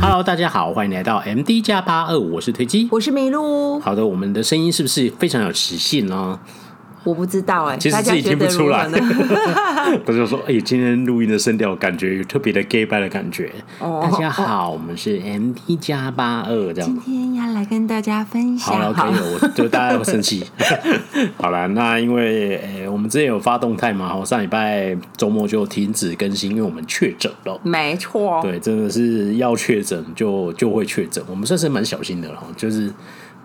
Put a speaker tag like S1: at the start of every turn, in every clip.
S1: Hello，大家好，欢迎来到 MD 加八二五，我是推机。
S2: 我是麋鹿，
S1: 好的，我们的声音是不是非常有磁性呢？
S2: 我不知道哎、
S1: 其实
S2: 大家
S1: 自己听不出来
S2: 觉得如何呢
S1: 大家说，哎、今天录音的声调感觉有特别的 gay 拜的感觉。
S2: 哦
S1: 大家好，我们是 MD 加八二这样
S2: 今。天要来跟大家分
S1: 好了
S2: 享，
S1: ，OK，了我就大家会生气。 好了，那因为呃，我们之前有发动态嘛，我上礼拜周末就停止更新，因为我们确诊了。
S2: 没错，
S1: 对，真的是要确诊就就会确诊，我们算是蛮小心的了，就是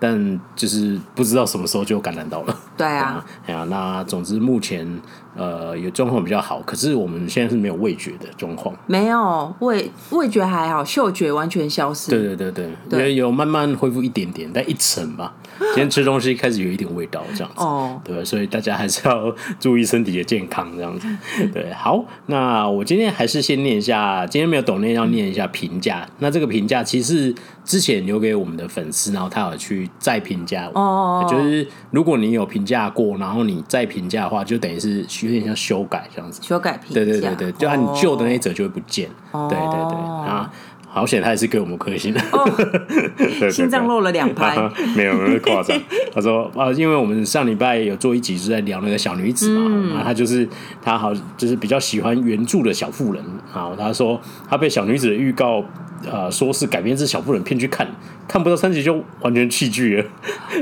S1: 但就是不知道什么时候就感染到了。
S2: 对啊，，
S1: 哎呀、那总之目前呃有状况比较好，可是我们现在是没有味觉的状况。
S2: 没有味味觉还好，嗅觉完全消失。
S1: 对对对对，
S2: 对
S1: 也有慢慢恢复一点点，但一层吧。今天吃东西开始有一点味道，这样子。
S2: 哦，
S1: 对，所以大家还是要注意身体的健康，这样 子。对，好，那我今天还是先念一下，今天没有抖内要念一下评价。那这个评价其实是之前留给我们的粉丝，然后他有去再评价我。
S2: 哦
S1: 就是如果你有评价过，然后你再评价的话，就等于是有点像修改这样子。
S2: 修改评价，
S1: 对对对对，就按你旧的那一则就会不见。对对对
S2: 哦
S1: 啊，好险他也是给我们颗星。 对对对
S2: 心脏漏了两拍
S1: 啊， 没有没有夸张。他说啊，因为我们上礼拜有做一集是在聊那个小女子嘛，然后他就是他好就是比较喜欢原著的小妇人啊，他说他被小女子的预告。呃，说是改编自小妇人片去看，看不到三集就完全弃剧了。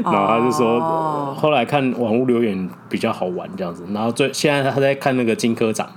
S1: 然后他就说，
S2: 哦
S1: 后来看网络留言比较好玩这样子。然后最现在他在看那个金科长，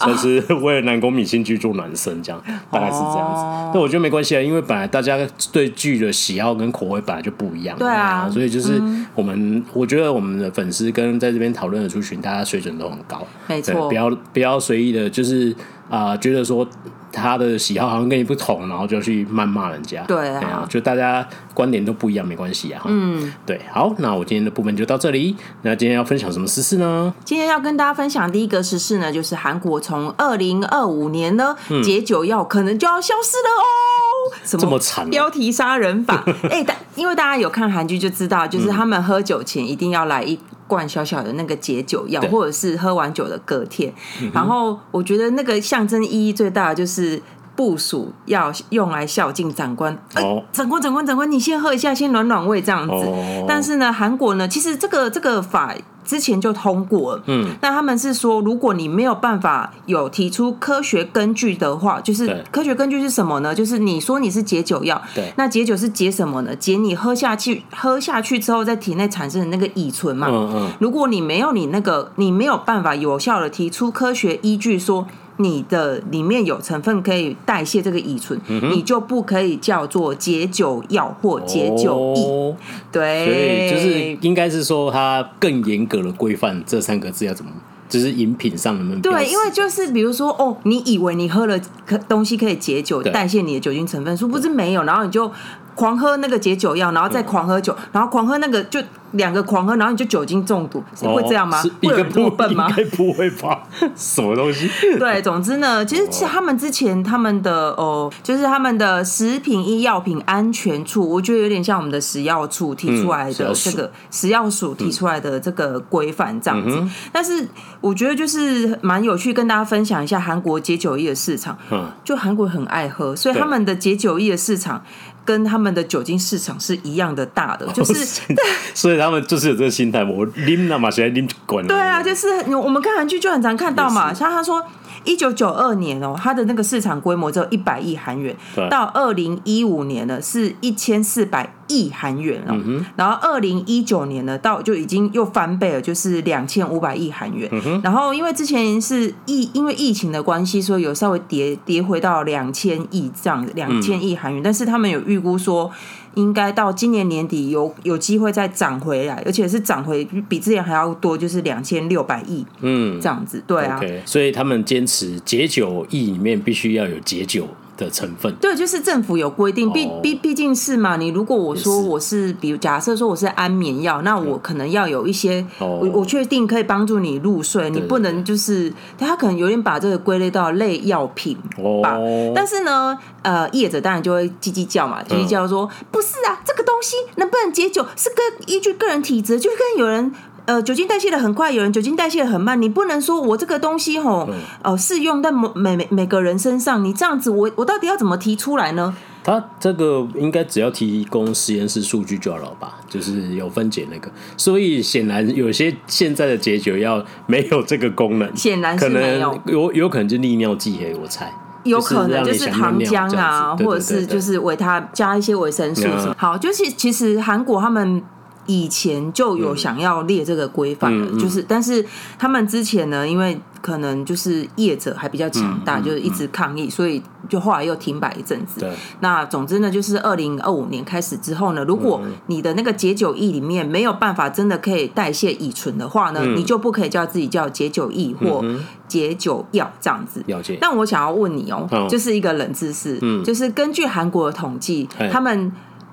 S1: 就是为了南宫米星去做暖身这样，大概是这样子。
S2: 哦
S1: 但我觉得没关系啊，因为本来大家对剧的喜好跟口味本来就不一样，哎
S2: 对啊
S1: 所以就是我们，我觉得我们的粉丝跟在这边讨论的族群，大家水准都很高，
S2: 没错
S1: 对不要不要随意的，就是啊、觉得说他的喜好好像跟你不同，然后就去谩骂人家，哎
S2: 对啊
S1: 就大家观点都不一样，没关系啊，嗯，对，好，那我今天的部分就到这里，那今天要分享什么私事呢？
S2: 今天要跟大家分享第一个时事呢，就是韩国从二零二五年呢，解酒药可能就要消失了哦。什
S1: 嗯这么惨啊
S2: 标题杀 人法？哎、大因为大家有看韩剧就知道，就是
S1: 嗯
S2: 他们喝酒前一定要来一。罐小小的那个解酒药
S1: 对，嗯
S2: 或者是喝完酒的隔天，然后我觉得那个象征意义最大的就是部署要用来孝敬长官。哎
S1: 哦
S2: 长官，长官，长官，你先喝一下，先暖暖胃这样子。
S1: 哦
S2: 但是呢，韩国呢，其实这个这个法之前就通过了，
S1: 嗯，
S2: 那他们是说，如果你没有办法有提出科学根据的话，就
S1: 对
S2: 是科学根据是什么呢？就是你说你是解酒药，
S1: 对
S2: 那解酒是解什么呢？解你喝下去，喝下去之后在体内产生的那个乙醇嘛，
S1: 嗯嗯，
S2: 如果你没有你那个，你没有办法有效的提出科学依据说你的里面有成分可以代谢这个乙醇，
S1: 嗯
S2: 你就不可以叫做解酒药或解酒液。
S1: 哦所以
S2: 对，
S1: 就是应该是说，它更严格的规范这三个字要怎么，就是饮品上能不能标
S2: 对，
S1: 识
S2: 因为就是比如说，哦，你以为你喝了可东西可以解酒，
S1: 对
S2: 代谢你的酒精成分，殊不知没有，然后你就狂喝那个解酒药，然后再狂喝酒，然后狂喝那个就两个狂喝，然后你就酒精中毒，
S1: 哦
S2: 会这样吗
S1: 是？
S2: 会
S1: 应
S2: 有
S1: 该
S2: 人这
S1: 不
S2: 么笨吗
S1: 应？该不会吧？什么东 西？
S2: 对，总之呢，其实其实他们之前他们的哦，就是他们的食品医药品安全处，我觉得有点像我们的食药处提出来
S1: 嗯
S2: 的
S1: 食药
S2: 这
S1: 署
S2: 个食药署提出来的这个规范这样
S1: 嗯
S2: 子。但是我觉得就是蛮有趣，跟大家分享一下韩国解酒液的市场。
S1: 嗯，
S2: 就韩国很爱喝，所以
S1: 对
S2: 他们的解酒液的市场跟他们的酒精市场是一样的大的，
S1: 哦
S2: 就是
S1: 所以他们就是有这个心态，我拎了嘛，谁来拎就管了。
S2: 对啊，就是我们看韩剧就很常看到嘛，像他说。一九九二年哦，它的那个市场规模只有一百亿韩元
S1: 对，
S2: 到二零一五年呢是一千四百亿韩元
S1: 嗯
S2: 哦，然后二零一九年呢到就已经又翻倍了，就是两千五百亿韩元。
S1: 嗯
S2: 然后因为之前是疫，因为疫情的关系，所以有稍微跌跌回到两千亿这样，
S1: 嗯
S2: 两千亿韩元。但是他们有预估说，应该到今年年底有有机会再涨回来，而且是涨回比之前还要多，就是两千六百亿
S1: 嗯
S2: 这样子。对啊。
S1: ，OK，所以他们坚持解酒意里面必须要有解酒的成分。
S2: 对，就是政府有规定，毕
S1: 哦
S2: 毕毕竟是嘛。你如果我说
S1: 也是
S2: 我是，比如假设说我是安眠药，那我可能要有一些，
S1: 哦
S2: 我我确定可以帮助你入睡，你
S1: 对
S2: 不能就是，他可能有点把这个归类到类药品
S1: 哦
S2: 吧。但是呢，呃，业者当然就会叽叽叫嘛，叽叽叫说、不是啊，这个东西能不能解酒是跟依据个人体质，就是跟有人。呃，酒精代谢的很快，有人酒精代谢的很慢，你不能说我这个东西哦吼，呃，适用在某每每每个人身上，你这样子我我到底要怎么提出来呢？
S1: 它这个应该只要提供实验室数据就好了吧？就是有分解那个，所以显然有些现在的解酒药没有这个功能，
S2: 显然
S1: 可
S2: 是没有
S1: 能。有有可能就利尿剂诶，我猜。
S2: 有可能
S1: 就
S2: 就是是
S1: 让
S2: 糖
S1: 你想尿
S2: 浆
S1: 这
S2: 啊，
S1: 样子对
S2: 或者
S1: 对
S2: 是
S1: 对对
S2: 就是维他加一些维生素什么
S1: 嗯。
S2: 好，就是其实韩国他们。以前就有想要列这个规范了，
S1: 嗯嗯嗯
S2: 就是，但是他们之前呢，因为可能就是业者还比较
S1: 嗯
S2: 强大，就是一直抗议，所以就后来又停摆一阵子。
S1: 对，
S2: 那总之呢，就是二零二五年开始之后呢，如果
S1: 嗯
S2: 你的那个解酒液里面没有办法真的可以代谢乙醇的话呢，
S1: 嗯
S2: 你就不可以叫自己叫解酒液或解酒药这样子。
S1: 了解。
S2: 但我想要问你哦、
S1: 嗯
S2: 就是一个冷知识，就是根据韩国的统计
S1: 嘿，
S2: 他们。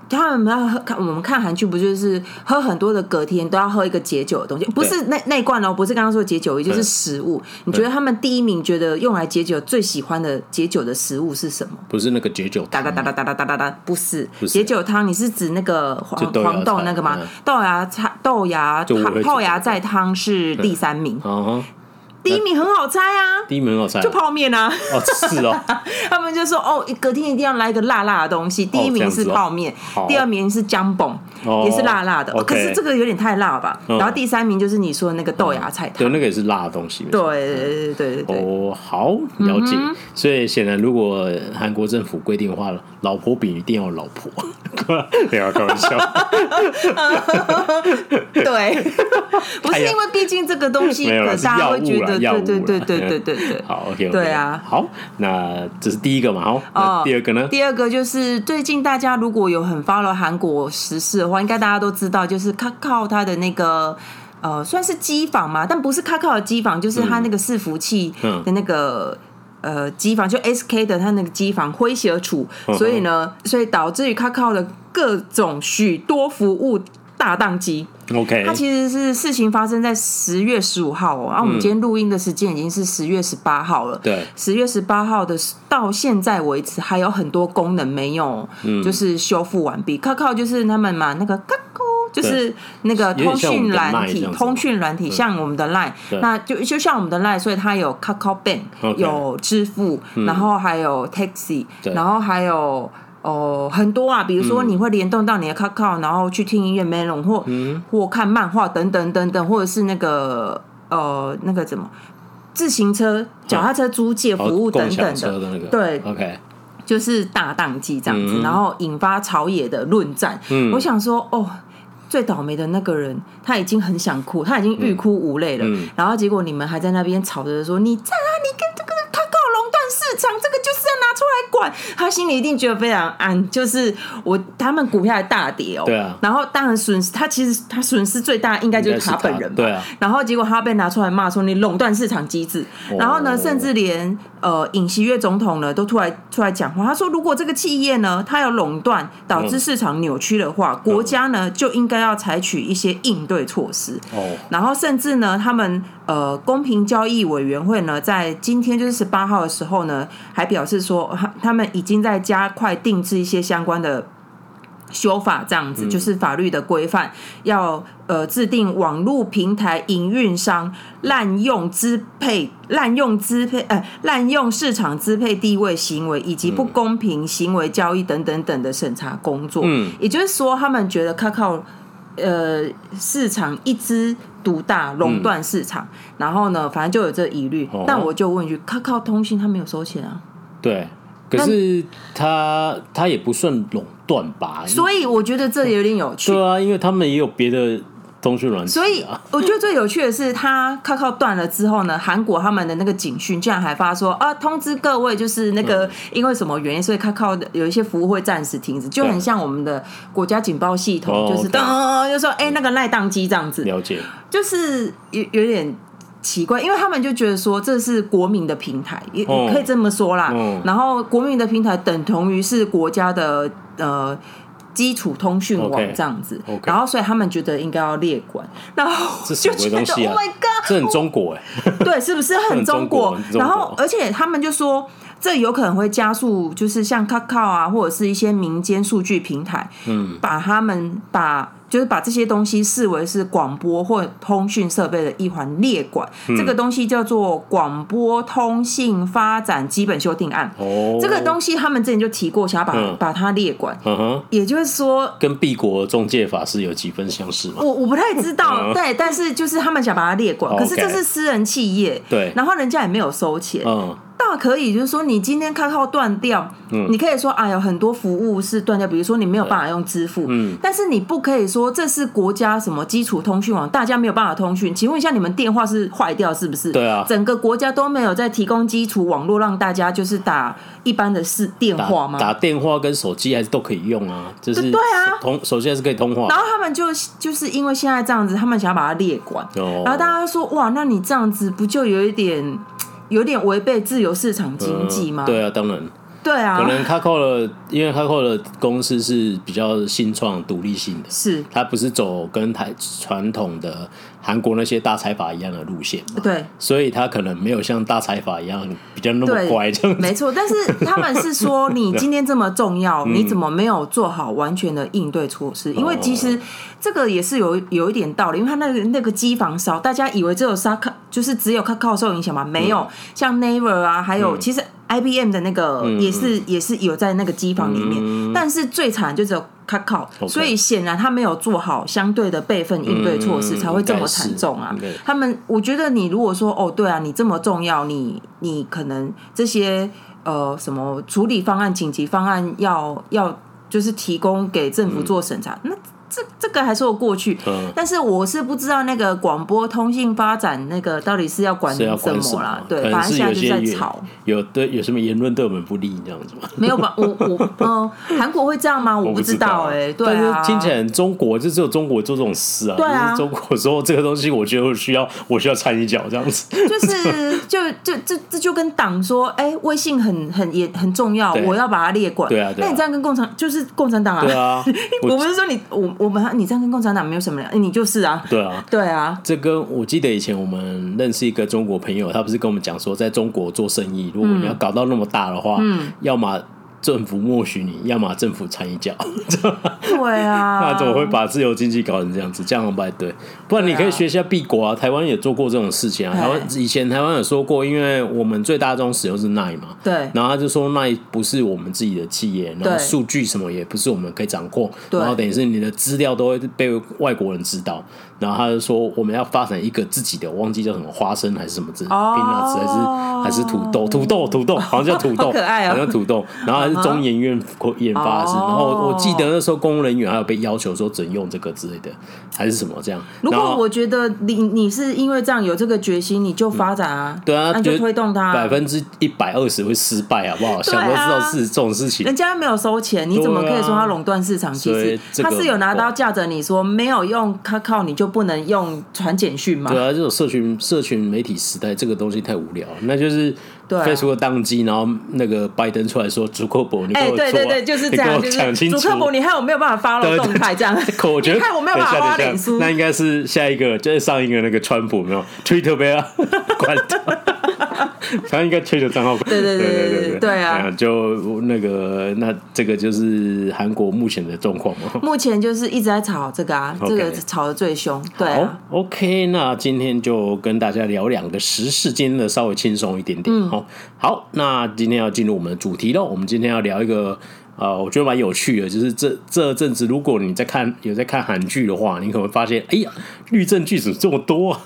S2: 他们要喝看我们看韩剧，不就是喝很多的隔天都要喝一个解酒的东西？不是那那一罐哦，不是刚刚说的解酒液，就是食物。你觉得他们第一名觉得用来解酒最喜欢的解酒的食物是什么？
S1: 不是那个解酒
S2: 哒
S1: 糖
S2: 哒哒哒哒哒哒哒哒，不是
S1: 嗯不是
S2: 解酒汤，你是指那个
S1: 就
S2: 黄
S1: 豆芽
S2: 黄豆
S1: 菜
S2: 那个吗
S1: 嗯？
S2: 豆芽菜豆芽
S1: 就我会
S2: 汤
S1: 煮
S2: 泡芽
S1: 的
S2: 菜汤是第三名，
S1: 哦，
S2: 第一名很好猜啊，
S1: 第一名我猜
S2: 就泡面啊。
S1: 哦，是哦，
S2: 他们就说哦，隔天一定要来一个辣辣的东西。第一名是泡面，
S1: 哦
S2: 第二名是姜饼，
S1: 哦
S2: 也是辣辣的。
S1: OK
S2: 可是这个有点太辣吧？
S1: 嗯
S2: 然后第三名就是你说的那个豆芽菜
S1: 对，
S2: 汤。
S1: 那个也是辣的东西。没错
S2: 对对对对嗯对，
S1: 哦，好了解。所以显然，如果韩国政府规定的话，老婆饼一定要有老婆。 不要开玩笑，
S2: 对， 不
S1: 哦哎
S2: 是
S1: 呀
S2: 因为毕竟这个东西，
S1: 没有
S2: 可
S1: 啦
S2: 能大家会觉得，
S1: 是药物啦
S2: 对
S1: 药物
S2: 对对
S1: 啦
S2: 对对对对。
S1: 好，OK，
S2: 对啊
S1: 好，那这是第一个嘛，好，
S2: 哦
S1: 那第二个 呢？
S2: 第二个就是最近大家如果有很 follow 韩国时事的话，应该大家都知道，就是它靠它的那个。呃，算是机房嘛，但不是卡靠的机房，就是它那个伺服器的
S1: 嗯
S2: 那个、呃机房，就 SK 的它那个机房诙谐处，
S1: 嗯哼
S2: 所以呢，所以导致于卡靠的各种许多服务大宕机。
S1: OK，
S2: 它其实是事情发生在十月十五号哦，然、
S1: 嗯
S2: 啊、后我们今天录音的时间已经是十月十八号了。
S1: 对
S2: 十月十八号的到现在为止，还有很多功能没有，
S1: 嗯
S2: 就是修复完毕。靠靠就是他们嘛，那个靠靠就是那个
S1: 有点
S2: 通
S1: 像我们
S2: 讯
S1: 的 Line
S2: 软体
S1: 这样，子嗯
S2: 通讯软体像我们的 Line，
S1: 对
S2: 那就就像我们的 Line，所以它有 k a k a o Bank，
S1: OK 嗯
S2: 有支付，然后还有 Taxi，
S1: 对
S2: 然后还有。哦，很多啊，比如
S1: 嗯
S2: 说你会联动到你的 Kakao，、然后去听音乐 Melon 或、
S1: 嗯
S2: 或看漫画等等等等，或者是那个呃那个怎么自行车、脚踏车租借服
S1: 好
S2: 务等
S1: 哦共享
S2: 等
S1: 车的那个，
S2: 对，
S1: ，OK，
S2: 就是大宕机这样子，然后引发朝野的论战。我想说，哦。最倒霉的那个人，他已经很想哭，他已经欲哭无泪了。
S1: 嗯
S2: 然后结果你们还在那边吵着说：“你站啊，你跟这个他告垄断市场，这个就是要拿出来管。”他心里一定觉得非常安，就是我他们股票还大跌哦。
S1: 对啊
S2: 然后当然损失，他其实他损失最大应该就是他本人吧。
S1: 对啊，
S2: 然后结果他被拿出来骂说你垄断市场机制，
S1: 哦
S2: 然后呢，甚至连呃尹锡悦总统呢都突然出来讲话，他说如果这个企业呢它有垄断导致市场扭曲的话，国家呢就应该要采取一些应对措施。
S1: 哦，
S2: 然后甚至呢，他们呃公平交易委员会呢，在今天就是十八号的时候呢，还表示说，呃他他们已经在加快定制一些相关的修法，这样子、就是法律的规范，要呃制定网络平台营运商滥用支配、滥用支配、呃滥用市场支配地位行为以及不公平行为交易等等等的审查工作。
S1: 嗯，
S2: 也就是说，他们觉得 k a k 呃市场一枝独大，垄断市场，然后呢，反正就有这疑虑。
S1: 哦
S2: 但我就问一句，k a 通信他没有收钱啊，
S1: 对，可是他他也不算垄断吧？
S2: 所以我觉得这有点有趣。
S1: 对啊，因为他们也有别的通讯软件，
S2: 所以
S1: 啊，
S2: 我觉得最有趣的是，他靠靠断了之后呢，韩国他们的那个警讯居然还发说啊，通知各位，就是那
S1: 嗯
S2: 个因为什么原因，所以靠靠的有一些服务会暂时停止，就很像我们的国家警报系统，
S1: 哦
S2: 就是
S1: 对
S2: 噔噔噔就说哎、那个赖宕机这样子，
S1: 了解，
S2: 就是有有点奇怪，因为他们就觉得说这是国民的平台，也、
S1: 哦
S2: 也可以这么说啦。
S1: 哦
S2: 然后国民的平台等同于是国家的呃。基础通讯网
S1: OK，
S2: 这样子
S1: OK
S2: 然后所以他们觉得应该要列管，然后我
S1: 这什么
S2: 就觉
S1: 鬼
S2: 得、
S1: 东西啊
S2: Oh my God，
S1: 这很中国哎，
S2: 对，是不是很中国？
S1: 很中国
S2: 然后，而且他们就说，这有可能会加速，就是像 Kakao 啊，或者是一些民间数据平台，嗯，把他们把就是把这些东西视为是广播或通讯设备的一环列管。
S1: 嗯
S2: 这个东西叫做《广播通信发展基本修订案》。
S1: 哦，
S2: 这个东西他们之前就提过，想要把、
S1: 嗯
S2: 把它列管。
S1: 嗯哼，
S2: 也就是说，
S1: 跟帝国中介法是有几分相似嘛？
S2: 我我不太知道，
S1: 嗯哦
S2: 对，但是就是他们想把它列管，可是
S1: OK
S2: 这是私人企业，
S1: 对
S2: 然后人家也没有收钱，
S1: 嗯，
S2: 大可以就是说，你今天卡号断掉，你可以说哎有很多服务是断掉，比如说你没有办法用支付，
S1: 嗯
S2: 但是你不可以说这是国家什么基础通讯网，大家没有办法通讯。请问一下，你们电话是坏掉是不是？
S1: 对啊
S2: 整个国家都没有在提供基础网络让大家就是打一般的是电
S1: 打
S2: 话吗？
S1: 打电话跟手机还是都可以用啊，就是
S2: 对啊
S1: 通手机还是可以通话
S2: 然。后他们就就是因为现在这样子，他们想要把它列管，
S1: 哦
S2: 然后大家就说哇，那你这样子不就有一点有点违背自由市场经济吗？
S1: 嗯对啊，当然，
S2: 对啊，
S1: 可能 Coco 的，因为 Coco 的公司是比较新创、独立性的，
S2: 是
S1: 它不是走跟台传统的韩国那些大财阀一样的路线嘛，
S2: 对。
S1: 所以它可能没有像大财阀一样比较那么
S2: 对
S1: 乖这样子。
S2: 没错，但是他们是说你今天这么重要，你怎么没有做好完全的应对措施？因为其实这个也是有有一点道理，因为他那个那个机房烧，大家以为只有沙卡，就是只有卡靠受影响嘛，没有，
S1: 嗯
S2: 像 Naver 啊，还有、其实 IBM 的那个也
S1: 嗯
S2: 是、也是有在那个机房里面，但是最惨就只有。卡靠，
S1: OK
S2: 所以显然他没有做好相对的备份应对措施，
S1: 嗯
S2: 才会这
S1: 应
S2: 么
S1: 该是
S2: 惨重啊
S1: 应该！
S2: 他们，我觉得你如果说哦，对啊，你这么重要，你你可能这些呃什么处理方案、紧急方案要要就是提供给政府做审查，那这这个还说得过去。
S1: 嗯
S2: 但是我是不知道那个广播通信发展那个到底是要管
S1: 是要管
S2: 么啦
S1: 么？，
S2: 对
S1: 可，能
S2: 反正
S1: 是
S2: 现
S1: 有
S2: 在就
S1: 些
S2: 在
S1: 言
S2: 吵，
S1: 有对有什么言论对我们不利这样子吗？
S2: 没有吧？我我嗯，韩国会这样吗？我
S1: 我
S2: 不知道哎、对
S1: 但
S2: 啊，
S1: 是听起来很中国就只有中国做这种事啊，
S2: 对啊
S1: 就是中国说这个东西，我觉得我需要我需要掺一脚这样子，
S2: 就是就就这这就跟党说，哎、微信很很也很重要，
S1: 对
S2: 我要把它列管。
S1: 对啊对啊
S2: 那你这样跟共产就是共产党啊？
S1: 对啊我
S2: 我不是说你我我们你这样跟共产党没有什么两，你就是啊。
S1: 对啊。
S2: 对啊，
S1: 这跟我记得以前我们认识一个中国朋友，他不是跟我们讲说，在中国做生意，如果你要搞到那么大的话，要么政府默许你，要么政府掺一脚，
S2: 对啊。
S1: 那怎么会把自由经济搞成这样子？这样不太对，不然你可以学一下帝国啊，台湾也做过这种事情啊。
S2: 哎
S1: 台湾以前台湾有说过，因为我们最大宗使用是 Nine 嘛，
S2: 对
S1: 然后他就说那不是我们自己的企业，然后
S2: 对
S1: 数据什么也不是我们可以掌控，
S2: 对
S1: 然后等于是你的资料都会被外国人知道，然后他就说我们要发展一个自己的，我忘记叫什么花生还是什么之 p
S2: 哦
S1: e a 还是还是土豆，土豆土豆好像叫土 豆，
S2: 好可爱哦哦
S1: 好像土豆，然后还是中研院研发的是，然后我我记得那时候公务人员还有被要求说只能用这个之类的，还是什么这样，
S2: 如
S1: 然
S2: 果
S1: 后
S2: 我觉得你你是因为这样有这个决心，你就发展啊，
S1: 对啊，
S2: 那你就推动它、
S1: 百分之一百二十会失败，好不好？
S2: 对啊
S1: 想都知道是这种事情，
S2: 人家没有收钱，你怎么可以说他垄断市场？其
S1: 啊所
S2: 实
S1: 以这个
S2: 他是有拿刀架着你说没有用，他靠你就不能用传简讯嘛
S1: 对？啊，这种社群社群媒体时代，这个东西太无聊了，那就是
S2: 对啊
S1: Facebook 宕机，然后那个拜登出来说祖克伯，你给
S2: 哎、
S1: 我做啊、
S2: 对对对，就是这样，
S1: 你给
S2: 就
S1: 我讲
S2: 是
S1: 清楚。
S2: 主客博，你害我没有办法
S1: 对
S2: follow
S1: 对
S2: 动态这样，
S1: 可我觉得
S2: 你害我没有办法
S1: 等一
S2: 发
S1: 下等
S2: 脸
S1: 一下
S2: 书
S1: 那，应该是下一个，就是上一个那个川普有 没有 Twitter 被他 关掉，他应该 Twitter 账号关。
S2: 对对对
S1: 对
S2: 对
S1: 对
S2: 对啊
S1: 哎呀就那个那这个就是韩国目前的状况嘛。
S2: 目前就是一直在吵这个啊
S1: OK
S2: 这个吵的最凶，对
S1: 好
S2: 啊，
S1: ，OK，那今天就跟大家聊两个时事，今天的稍微轻松一点
S2: 嗯
S1: 点哦。好，那今天要进入我们的主题喽。我们今天要聊一个呃，我觉得蛮有趣的，就是这这阵子，如果你在看有在看韩剧的话，你可能会发现，哎呀，律政剧怎么这么多 啊？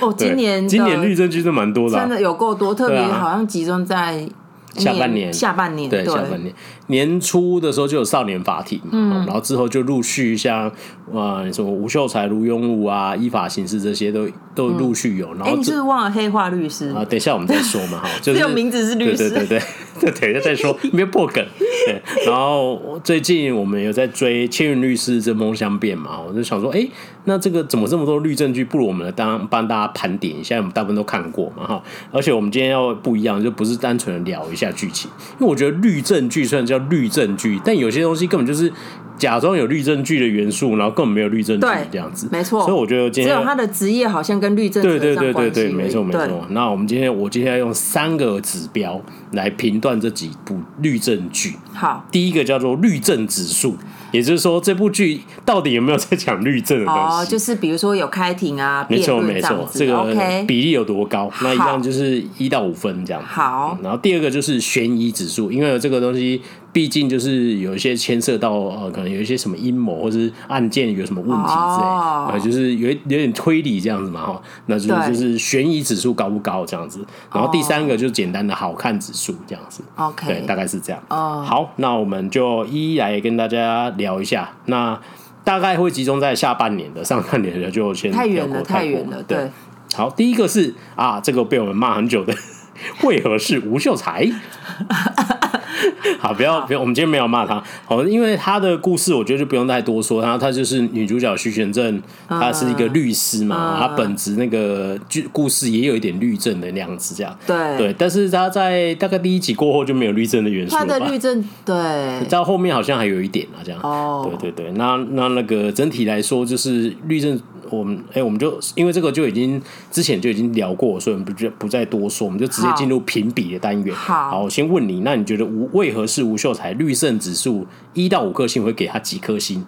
S2: 哦，
S1: 对
S2: 今年的
S1: 今年律政剧是蛮多的啊、
S2: 真的有够多，特别
S1: 对啊
S2: 好像集中在
S1: 下半年
S2: 下半年
S1: 对，下半年年初的时候就有少年法庭嘛，
S2: 嗯
S1: 哦然后之后就陆续像呃什么吴秀才、卢永武啊、依法行事这些都都陆续有，然
S2: 哎、
S1: 后
S2: 你
S1: 这
S2: 是不是忘了黑化律师？
S1: 啊，等一下我们再说嘛，哈，就是
S2: 只有名字是律师
S1: 对对对对， 等一下再说，没有破梗。对，然后最近我们有在追《千云律师针锋相辩》嘛，我就想说，哎，那这个怎么这么多律政剧？不如我们来当帮大家盘点一下，我们大部分都看过嘛，哈。而且我们今天要不一样，就不是单纯的聊一下剧情，因为我觉得律政剧虽然叫律政剧，但有些东西根本就是假装有律政剧的元素，然后根本没有律政剧
S2: 对
S1: 这样子。
S2: 没错
S1: 所以我觉得今
S2: 只
S1: 天
S2: 有他的职业好像跟跟律政
S1: 对
S2: 扯
S1: 对
S2: 上
S1: 对对
S2: 关系而
S1: 对，
S2: 已。
S1: 没错没
S2: 对
S1: 错。那我们今天我今天要用三个指标来评断这几部律政剧。
S2: 好，
S1: 第一个叫做律政指数，也就是说这部剧到底有没有在讲律政的东西？
S2: 哦，就是比如说有开庭啊，
S1: 没
S2: 辩
S1: 错
S2: 论
S1: 没
S2: 样
S1: 错，
S2: 子
S1: 这个
S2: OK，
S1: 比例有多高？那一
S2: 好
S1: 样就是一到五分这样。
S2: 好
S1: 嗯，然后第二个就是悬疑指数，因为这个东西毕竟就是有一些牵涉到呃，可能有一些什么阴谋或是案件有什么问题之类，
S2: 哦
S1: 呃，就是有一有点推理这样子嘛哈。那就
S2: 对哦
S1: 是就是悬疑指数高不高这样子。然后第三个就是简单的好看指数这样子。
S2: OK
S1: 嗯对，大概是这样。
S2: 哦
S1: 好，那我们就一一来跟大家聊一下。那大概会集中在下半年的，上半年的就先
S2: 太
S1: 跳
S2: 远
S1: 过
S2: 了，太远了，
S1: 对。
S2: 对，
S1: 好，第一个是啊，这个被我们骂很久的， 为何是吴秀 才？好，不要不要，我们今天没有骂他。好，因为他的故事，我觉得就不用太多说。他他就是女主角徐玄正，
S2: 啊
S1: 她是一个律师嘛，她本职那个剧故事也有一点律政的那样子，这样
S2: 对
S1: 对。但是他在大概第一集过后就没有律政的 元素
S2: 他
S1: 了
S2: 的
S1: 吧
S2: 律？政 对
S1: 到后面好像还有一点啊，这样。
S2: 哦
S1: 对对对，那那那个整体来说，就是律政，我们哎、我们就因为这个就已经之前就已经聊过，所以我们不就不再多说，我们就直接
S2: 好
S1: 进入评比的单元。
S2: 好
S1: 我先问你，那你觉得吴为何是吴秀才律政指数一到五颗星，会给他几颗星？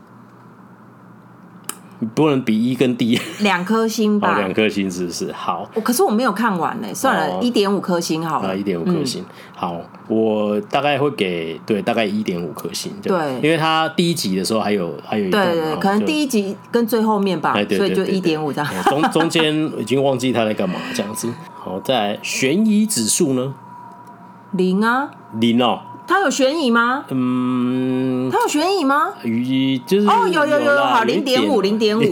S1: 你不能比一跟 D，
S2: 两颗星
S1: 好，
S2: 吧。
S1: 哦两颗星是不是？好，
S2: 我可是我没有看完呢，算
S1: 哦
S2: 了，一点五颗星好
S1: 啊，
S2: 了
S1: 一。点五颗星。好，我大概会给对，大概一点五颗星。这样因
S2: 对
S1: 为他第一集的时候还有还有一
S2: 对
S1: 段嘛，
S2: 对对，可能
S1: 哦就
S2: 第一集跟最后面吧
S1: 哎，对
S2: 所以
S1: 对
S2: 就
S1: 对
S2: 一点五这样。
S1: 哦中中间已经忘记他在干嘛这样子。好，再来悬疑指数呢？
S2: 零啊，
S1: 零哦，
S2: 他有悬疑吗？
S1: 嗯，
S2: 他有悬疑吗？
S1: 与就是
S2: 哦有有有
S1: 啦
S2: 好
S1: 有一
S2: 0.5 0.5
S1: 零点五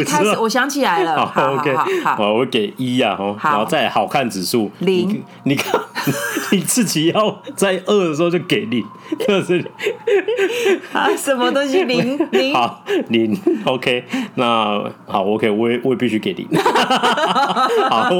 S2: 一开始我想起来 了，好好
S1: 哦 OK，
S2: 好好好，
S1: 我给一呀，哦，
S2: 好
S1: 然后再来好看指数
S2: 零
S1: 你你看 你自己要在二的时候就给零， 就是
S2: 啊
S1: 哦
S2: 什么东西 零零
S1: 好零 OK，那好 OK，我也我也必须给零。 好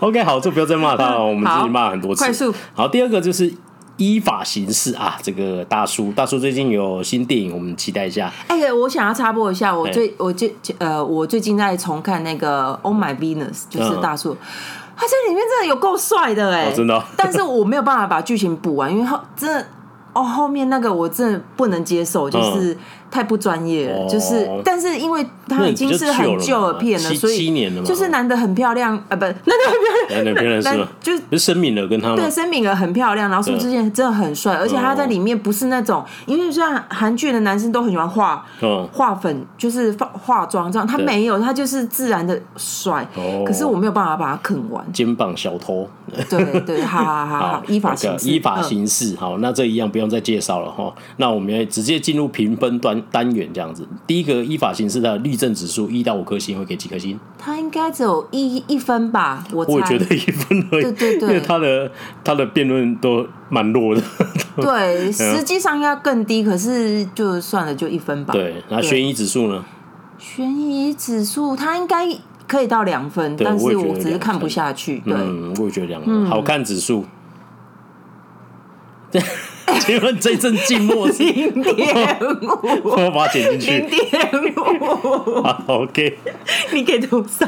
S1: OK，好，就不要再骂他了，我们自己骂很多次。
S2: 快速
S1: 好，第二个就是依法行事啊，这个大叔，大叔最近有新电影，我们期待一下。
S2: 哎、我想要插播一下，我最我最呃，我最近在重看那个《Oh My Venus》，就是大树。他在里面真的有够帅的哎、
S1: 嗯哦真的哦
S2: 但是我没有办法把剧情补完，因为后真的哦后面那个我真的不能接受，就是太不专业了。
S1: 嗯哦
S2: 就是，但是因为他已经是很旧的片
S1: 那
S2: 了，
S1: 比较旧了
S2: 所
S1: 嘛七七
S2: 以
S1: 年了嘛
S2: 就是男的很漂亮啊，不，男的很漂亮，
S1: 来，两 边人是嗯吗？
S2: 就
S1: 不是声明了跟他
S2: 对，
S1: 们
S2: 申敏儿很漂亮，然后苏志燮真的很帅，而且他在
S1: 嗯
S2: 里面不是那种，因为像韩剧的男生都很喜欢化
S1: 嗯
S2: 化粉，就是化化妆这样，他
S1: 对
S2: 没有，他就是自然的帅
S1: 哦。。
S2: 可是我没有办法把它啃完
S1: 肩膀小偷。
S2: 对对，好好好好，依法
S1: 这个
S2: 行事，
S1: 依法
S2: 嗯。
S1: 行事。好，那这一样不用再介绍了哈。那我们也直接进入评分单单元这样子。第一个依法行事的律政指数一到五颗星，会给几颗星？
S2: 他嗯应该只有一一分吧，我
S1: 我也觉。
S2: 猜
S1: 得一分而已，
S2: 对对对
S1: 因为他的他的辩论都蛮弱的。嗯
S2: 对，实际上应该更低，可是就算了，就一分 吧。
S1: 对，那悬疑指数呢？
S2: 悬疑指数他应该可以到两分，
S1: 对
S2: 但
S1: 我也
S2: 是
S1: 觉得
S2: 我只是
S1: 两
S2: 看不
S1: 分
S2: 下去。对，
S1: 嗯，我也觉得两个、好看指数。 请问这一阵静默 是？
S2: 零点五，
S1: 我把它剪进
S2: 零
S1: 去。
S2: 点五，
S1: 好，OK。
S2: 你给多少？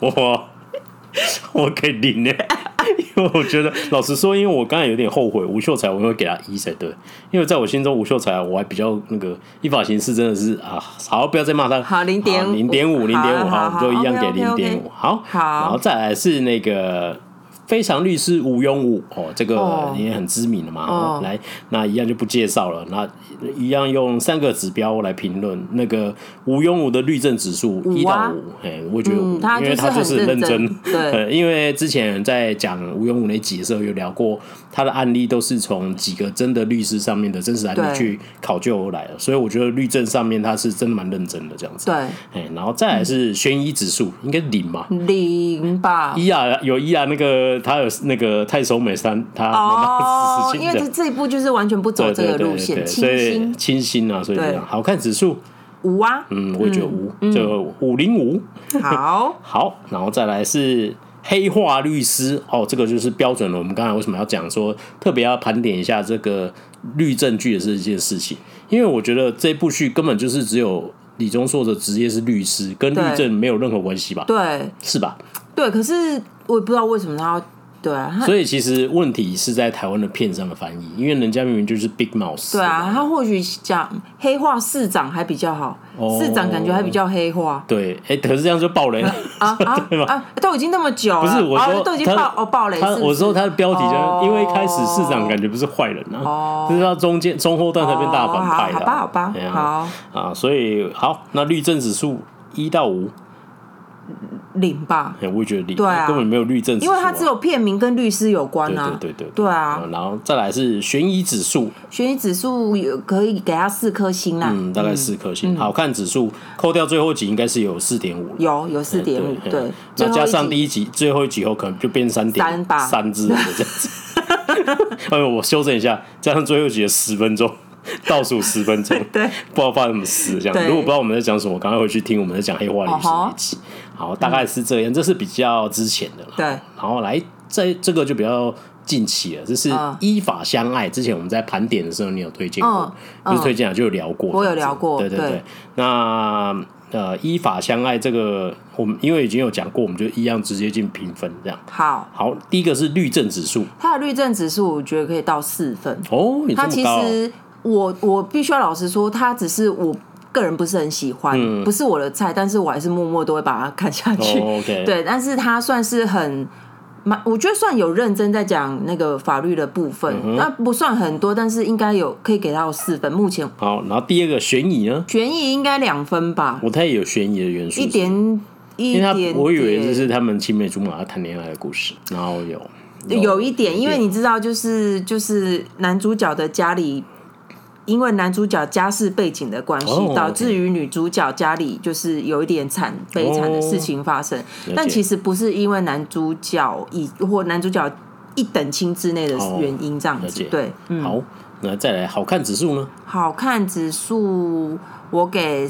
S1: 我 我给零呢， 因为我觉得老实说，因为我刚才有点后悔，吴秀才我会给他一才对，因为在我心中吴秀才我还比较那个依法行事真的是啊，好不要再骂他，
S2: 好0.5
S1: 零点五零点五，
S2: 好
S1: 好，我们就一样给零
S2: 好
S1: 点
S2: ，OK，OK，OK
S1: 五，好，
S2: 好
S1: 然后再来是那个。非常律师吴庸武哦，这个
S2: 哦
S1: 也很知名的嘛。
S2: 哦
S1: 来，那一样就不介绍了。那一样用三个指标来评论那个吴庸武的律政指数一
S2: 五
S1: 到
S2: 啊
S1: 五，哎，我觉得五
S2: 嗯他
S1: 因为
S2: 就是
S1: 他就
S2: 很
S1: 是很认
S2: 认真 对
S1: 呃，因为之前在讲吴永武那集的时候有聊过，他的案例都是从几个真的律师上面的真实案例
S2: 对
S1: 去考究而来的，所以我觉得律政上面他是真的蛮认真的这样子。
S2: 对，
S1: 哎，然后再来
S2: 嗯
S1: 是悬疑指数，应该零嘛。
S2: 零吧。
S1: 伊啊，有伊啊，那个他有那个太守美山，他妈妈
S2: 哦
S1: 死，刑
S2: 因为
S1: 的
S2: 这这一部就是完全不走
S1: 对
S2: 这
S1: 对
S2: 个
S1: 对
S2: 路
S1: 对对，
S2: 线，
S1: 所
S2: 清
S1: 以
S2: 新
S1: 清新啊，所以这
S2: 对
S1: 样好看指数，
S2: 无啊。
S1: 嗯，我也觉得五，就五零五。
S2: 好，
S1: 好，然后再来是黑化律师哦，这个就是标准了。我们刚才为什么要讲说特别要盘点一下这个律政剧的这件事情？因为我觉得这部剧根本就是只有李钟硕的职业是律师，跟律政没有任何关系吧？
S2: 对
S1: 是吧？
S2: 对，可是我也不知道为什么他要对啊，他
S1: 所以其实问题是在台湾的片上的翻译，因为人家明明就是 Big Mouse。
S2: 对啊，他或许讲黑化市长还比较好，
S1: 哦
S2: 市长感觉还比较黑化
S1: 对，哎、可是这样就爆雷了。
S2: 啊啊啊！都已经那么久了，
S1: 不是我
S2: 哦
S1: 说
S2: 都已经
S1: 他
S2: 爆哦爆雷
S1: 他
S2: 是不是，
S1: 我说他的标题就、
S2: 哦
S1: 因为一开始市长感觉不是坏人啊，
S2: 哦
S1: 就是到中间中后段才变大反派的、
S2: 哦好好吧好吧
S1: 对
S2: 好
S1: 啊啊，所以好，那律政指数一到五，
S2: 领吧，
S1: 哎我也觉得零，
S2: 对啊
S1: 根本没有律政指
S2: 因
S1: 数啊、
S2: 为它只有片名跟律师有关
S1: 对
S2: 啊。
S1: 对对对嗯
S2: 对啊，
S1: 然后再来是悬疑指数，
S2: 悬疑指数也可以给他四颗星啊啦，
S1: 嗯，大概四颗星，好看指数扣掉最后一集应该是有四点五了。
S2: 有有四点五，
S1: 嗯
S2: 对
S1: 嗯，那加上
S2: 一
S1: 第一集、最后一集后，可能就变三点
S2: 三吧
S1: 三之类的这样子。哎呦，我修正一下，加上最后一集的十分钟， 倒数十分钟，
S2: 对，
S1: 不知道发生什么事这样。
S2: 对
S1: 如果不知道我们在讲什么，赶快回去听我们在讲黑化律师
S2: 哦吼
S1: 那一集。好，大概是这样，这是比较之前的了。
S2: 对
S1: 然后来这这个就比较近期了，就是
S2: 嗯
S1: 依法相爱。之前我们在盘点的时候，你有推荐过，
S2: 嗯
S1: 不是推荐啊，就有聊过。
S2: 我有聊过
S1: 对对
S2: 对
S1: 那呃，依法相爱这个，我们因为已经有讲过，我们就一样直接进评分这样。
S2: 好，
S1: 好，第一个是律政指数
S2: 它的律政指数我觉得可以到四分，
S1: 哦，你这么
S2: 它其
S1: 高、
S2: 实我我必须要老实说，它只是我个人不是很喜欢，不是我的菜，但是我还是默默都会把它看下去。
S1: 嗯哦，OK
S2: 对，但是它算是很。蛮，我觉得算有认真在讲那个法律的部
S1: 嗯
S2: 分，那、不算很多，但是应该有可以给到四分。目前
S1: 好，然后第二个悬疑呢，
S2: 悬疑应该两分吧，
S1: 我太有悬疑的元素，
S2: 一，点一
S1: 因为
S2: 点
S1: 他
S2: 点，
S1: 我以为这是他们青梅竹马谈恋爱的故事，然后有
S2: 有一点，因为你知道，就是就是男主角的家里，因为男主角家世背景的关系
S1: 哦，
S2: 导
S1: OK
S2: 致于女主角家里就是有一点惨悲惨的事情发生。
S1: 哦解
S2: 但其实不是因为男主角以或男主角一等亲之内的
S1: 哦
S2: 原因这样
S1: 了
S2: 子
S1: 解，
S2: 对，嗯，
S1: 好，那再来好看指数呢？
S2: 好看指数我给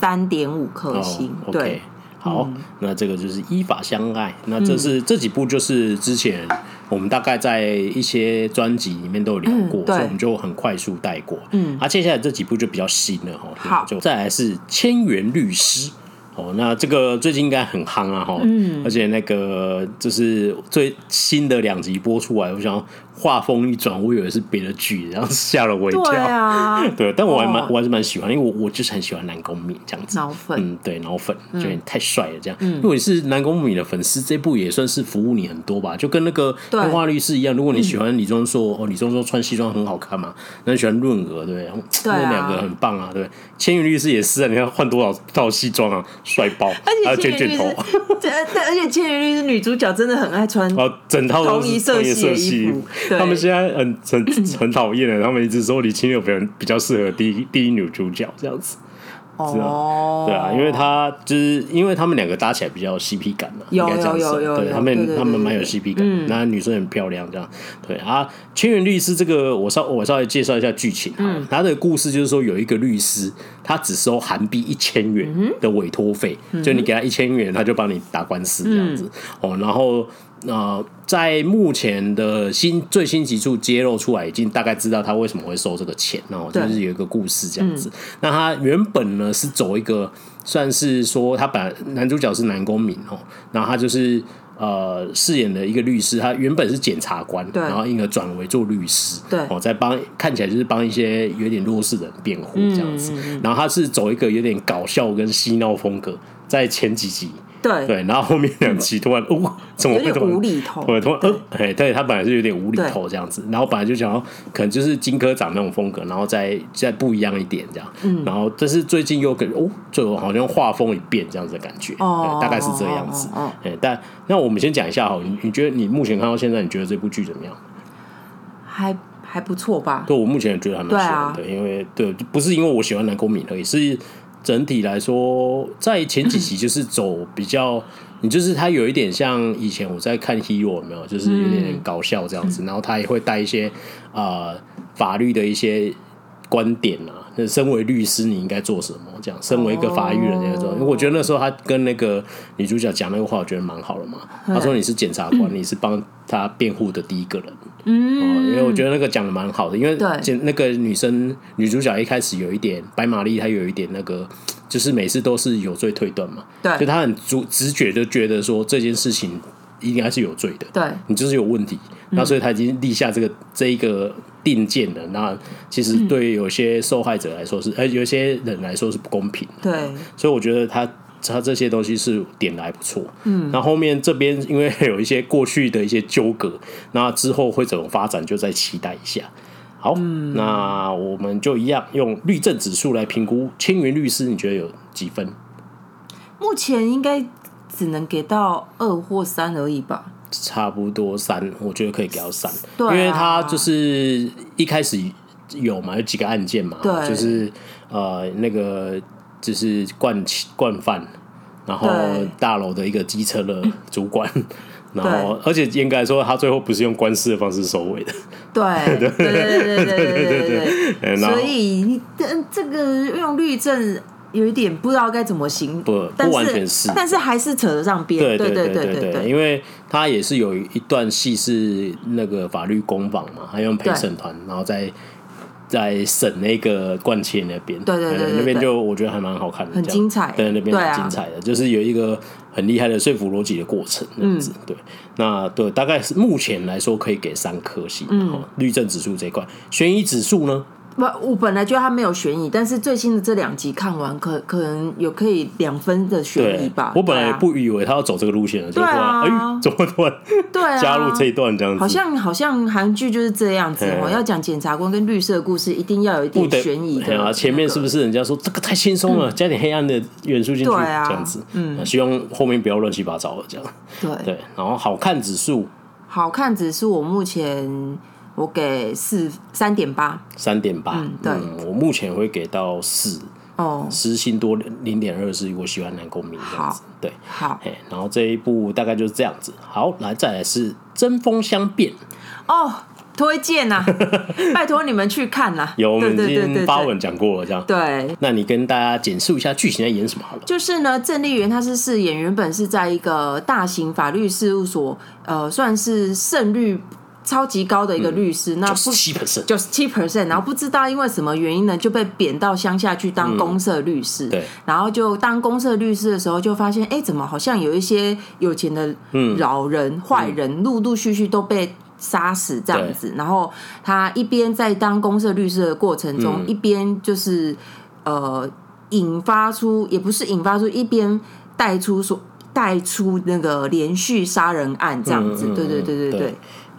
S2: 三点五颗星，
S1: 哦、o
S2: 对嗯
S1: k。好，那这个就是依法相爱。那这是、这几部就是之前我们大概在一些专辑里面都有聊过，
S2: 嗯对
S1: 所以我们就很快速带过。嗯，啊，接下来这几部就比较新了哈。
S2: 好
S1: 就再来是《千元律师》。哦，那这个最近应该很夯啊，哈，嗯，而且那个就是最新的两集播出来，我想画风一转，我以为是别的剧，然后吓了我一跳，
S2: 对啊，
S1: 对，但我还蛮、
S2: 哦
S1: 我还是蛮喜欢，因为我我就是很喜欢南宫珉这样子，
S2: 脑粉嗯
S1: 嗯，对，脑粉就有点太帅了，这样。如果你是南宫珉的粉丝，这部也算是服务你很多吧，就跟那个《
S2: 对嗯
S1: 黑化律师》一样。如果你喜欢李钟硕，哦，李钟硕穿西装很好看嘛，那你喜欢润娥，对不对？哦
S2: 对啊
S1: 那两个很棒啊，对不对。千羽律师也是啊，你看换多少套西装啊，帅爆，还
S2: 而
S1: 有
S2: 且
S1: 卷卷
S2: 千羽律
S1: 头啊
S2: 师， 对，对而且千羽律师女主角真的很爱穿
S1: 然后整套都
S2: 同一
S1: 是
S2: 色
S1: 同一
S2: 系
S1: 色
S2: 的
S1: 系
S2: 衣服对
S1: 他们现在很很很讨厌的，他们一直说李清友比较比较适合第一第一女主角这样子。
S2: 哦，
S1: 对啊，因为他就是因为他们两个搭起来比较有 CP 感嘛，
S2: 有
S1: 应该这样
S2: 有有
S1: 说
S2: 有
S1: 对
S2: 有
S1: 他
S2: 对
S1: 们
S2: 对
S1: 他们
S2: 对
S1: 蛮有
S2: 对嗯
S1: CP 感，那女生很漂亮这样，对啊。千元律师这个我稍我稍微介绍一下剧情，嗯，他的故事就是说有一个律师，他只收韩币一千元
S2: 嗯
S1: 的委托费，就你给他一千元，他就帮你打官司这样子
S2: 嗯
S1: 哦，然后。呃，在目前的新最新集数揭露出来，已经大概知道他为什么会收这个钱哦，就
S2: 对
S1: 是有一个故事这样子。
S2: 嗯
S1: 那他原本呢是走一个算是说他把男主角是南宫珉哦，然后他就是呃饰演的一个律师，他原本是检察官，
S2: 对
S1: 然后因而转为做律师，
S2: 对
S1: 哦，在帮看起来就是帮一些有点弱势的人辩护这样
S2: 嗯
S1: 子。然后他是走一个有点搞笑跟嬉闹风格，在前几集。
S2: 对
S1: 对，然后后面两集突然，哦，怎么会
S2: 有点
S1: 突然
S2: 无厘头，
S1: 对，突然呃，哎，对他本来是有点无厘头这样子，然后本来就想要可能就是金科长那种风格，然后再再不一样一点这样，嗯，然后但是最近又跟哦，就好像画风一变这样子的感觉，
S2: 哦
S1: 对大概是这样子，
S2: 哦哦
S1: 哎，但那我们先讲一下哈，你你觉得你目前看到现在，你觉得这部剧怎么样？
S2: 还还不错吧？
S1: 对我目前也觉得还蛮喜欢的，因为对，不是因为我喜欢南宫珉而已，是整体来说，在前几集就是走比较，你就是他有一点像以前我在看 Hero 有没有，就是有点搞笑这样子，然后他也会带一些呃法律的一些。观点啊，那身为律师你应该做什么？这样，身为一个法律人应该做。因为我觉得那时候他跟那个女主角讲那个话，我觉得蛮好的嘛。他说你是检察官，你是帮他辩护的第一个人。嗯，因为我觉得那个讲的蛮好的，因为
S2: 对
S1: 检那个女生女主角一开始有一点白玛丽，她有一点那个，就是每次都是有罪推断嘛，
S2: 对
S1: 就她很直直觉就觉得说这件事情应该是有罪的，
S2: 对嗯
S1: 你就是有问题，那所以他已经立下这个这一个定见了。那其
S2: 嗯
S1: 实对有些受害者来说是，呃，有些人来说是不公平的。
S2: 对，
S1: 所以我觉得他他这些东西是点的还不错。嗯，那后面这边因为有一些过去的一些纠葛，那之后会怎么发展，就再期待一下。好，那我们就一样用律政指数来评估千元律师，你觉得有几分？
S2: 目前应该只能给到二或三而已吧。
S1: 差不多三，我觉得可以给到三，
S2: 对啊
S1: 因为他就是一开始有嘛，有几个案件嘛，
S2: 对
S1: 就是呃那个就是惯惯犯，然后
S2: 对
S1: 大楼的一个机车的主 管。然后，而且严格来说，他最后不是用官司的方式收尾的，
S2: 对对对对对对对对
S1: 哎
S2: 对，
S1: 然后
S2: 所以你嗯这个用律政有一点不知道该怎么行，
S1: 不
S2: 但
S1: 不完全是
S2: 但是还是扯得上边，
S1: 对
S2: 对
S1: 对
S2: 对
S1: 对
S2: 对，
S1: 因为他也是有一段戏是那个法律攻防嘛，他用陪审团，然后再再审那个冠切那边，哎
S2: 对对对对对
S1: 那边就我觉得还蛮好看的，
S2: 很
S1: 这样
S2: 精彩
S1: 对，那边
S2: 对
S1: 蛮
S2: 啊
S1: 精彩的，就是有一个很厉害的说服逻辑的过程，这样
S2: 嗯
S1: 子，对，那对，大概是目前来说可以给三颗星，嗯，律政指数这一块，悬疑指数呢，
S2: 我我本来觉得它没有悬疑，但是最新的这两集看完，可可能有可以两分的悬疑
S1: 对
S2: 吧，。
S1: 我本来
S2: 对
S1: 也
S2: 啊
S1: 不以为他要走这个路线的，就突然，
S2: 对啊
S1: 哎，怎么突然
S2: 对啊
S1: 加入这一段这样子？
S2: 好像好像韩剧就是这样子哦，
S1: 嗯
S2: 要讲检察官跟律师的故事，一定要有一
S1: 不
S2: 点
S1: 得
S2: 悬疑的
S1: 哎
S2: 那
S1: 呀
S2: 个。嗯
S1: 前面是不是人家说这个太轻松了，加点黑暗的元素进去，
S2: 对啊
S1: 这样子，嗯，希望后面不要乱七八糟的这样。
S2: 对，
S1: 对，然后好看指数
S2: 好看只是我目前我给四三点八
S1: 三点八
S2: 嗯，对
S1: 嗯，我目前会给到四，
S2: 哦，
S1: 失心多零点二是我喜欢男公民这样子
S2: 好，
S1: 对，
S2: 好
S1: 哎，然后这一部大概就是这样子。好，来再来是针锋相辩，
S2: 哦，推 荐呐、拜托你们去看啦。
S1: 有我们
S2: 对
S1: 已
S2: 对对
S1: 经
S2: 对
S1: 发
S2: 对
S1: 文讲过了这样。
S2: 对，
S1: 那你跟大家简述一下剧情在演什么好了。
S2: 就是呢，郑丽媛她是饰演原本是在一个大型法律事务所，呃，算是胜率超级高的一
S1: 嗯
S2: 个律师，那
S1: 九
S2: 啊不
S1: 十七 percent，
S2: 九十七 percent，然后不知道因为什么原因呢，就被贬到乡下去当公社律师。
S1: 嗯对，
S2: 然后就当公社律师的时候，就发现哎，诶怎么好像有一些有钱的
S1: 嗯
S2: 老人、坏人，陆陆续续都被。杀死这样子，然后他一边在当公社律师的过程中，
S1: 嗯
S2: 一边就是呃引发出，也不是引发出，一边带出说带出那个连续杀人案这样子，
S1: 嗯嗯嗯
S2: 对对对对对，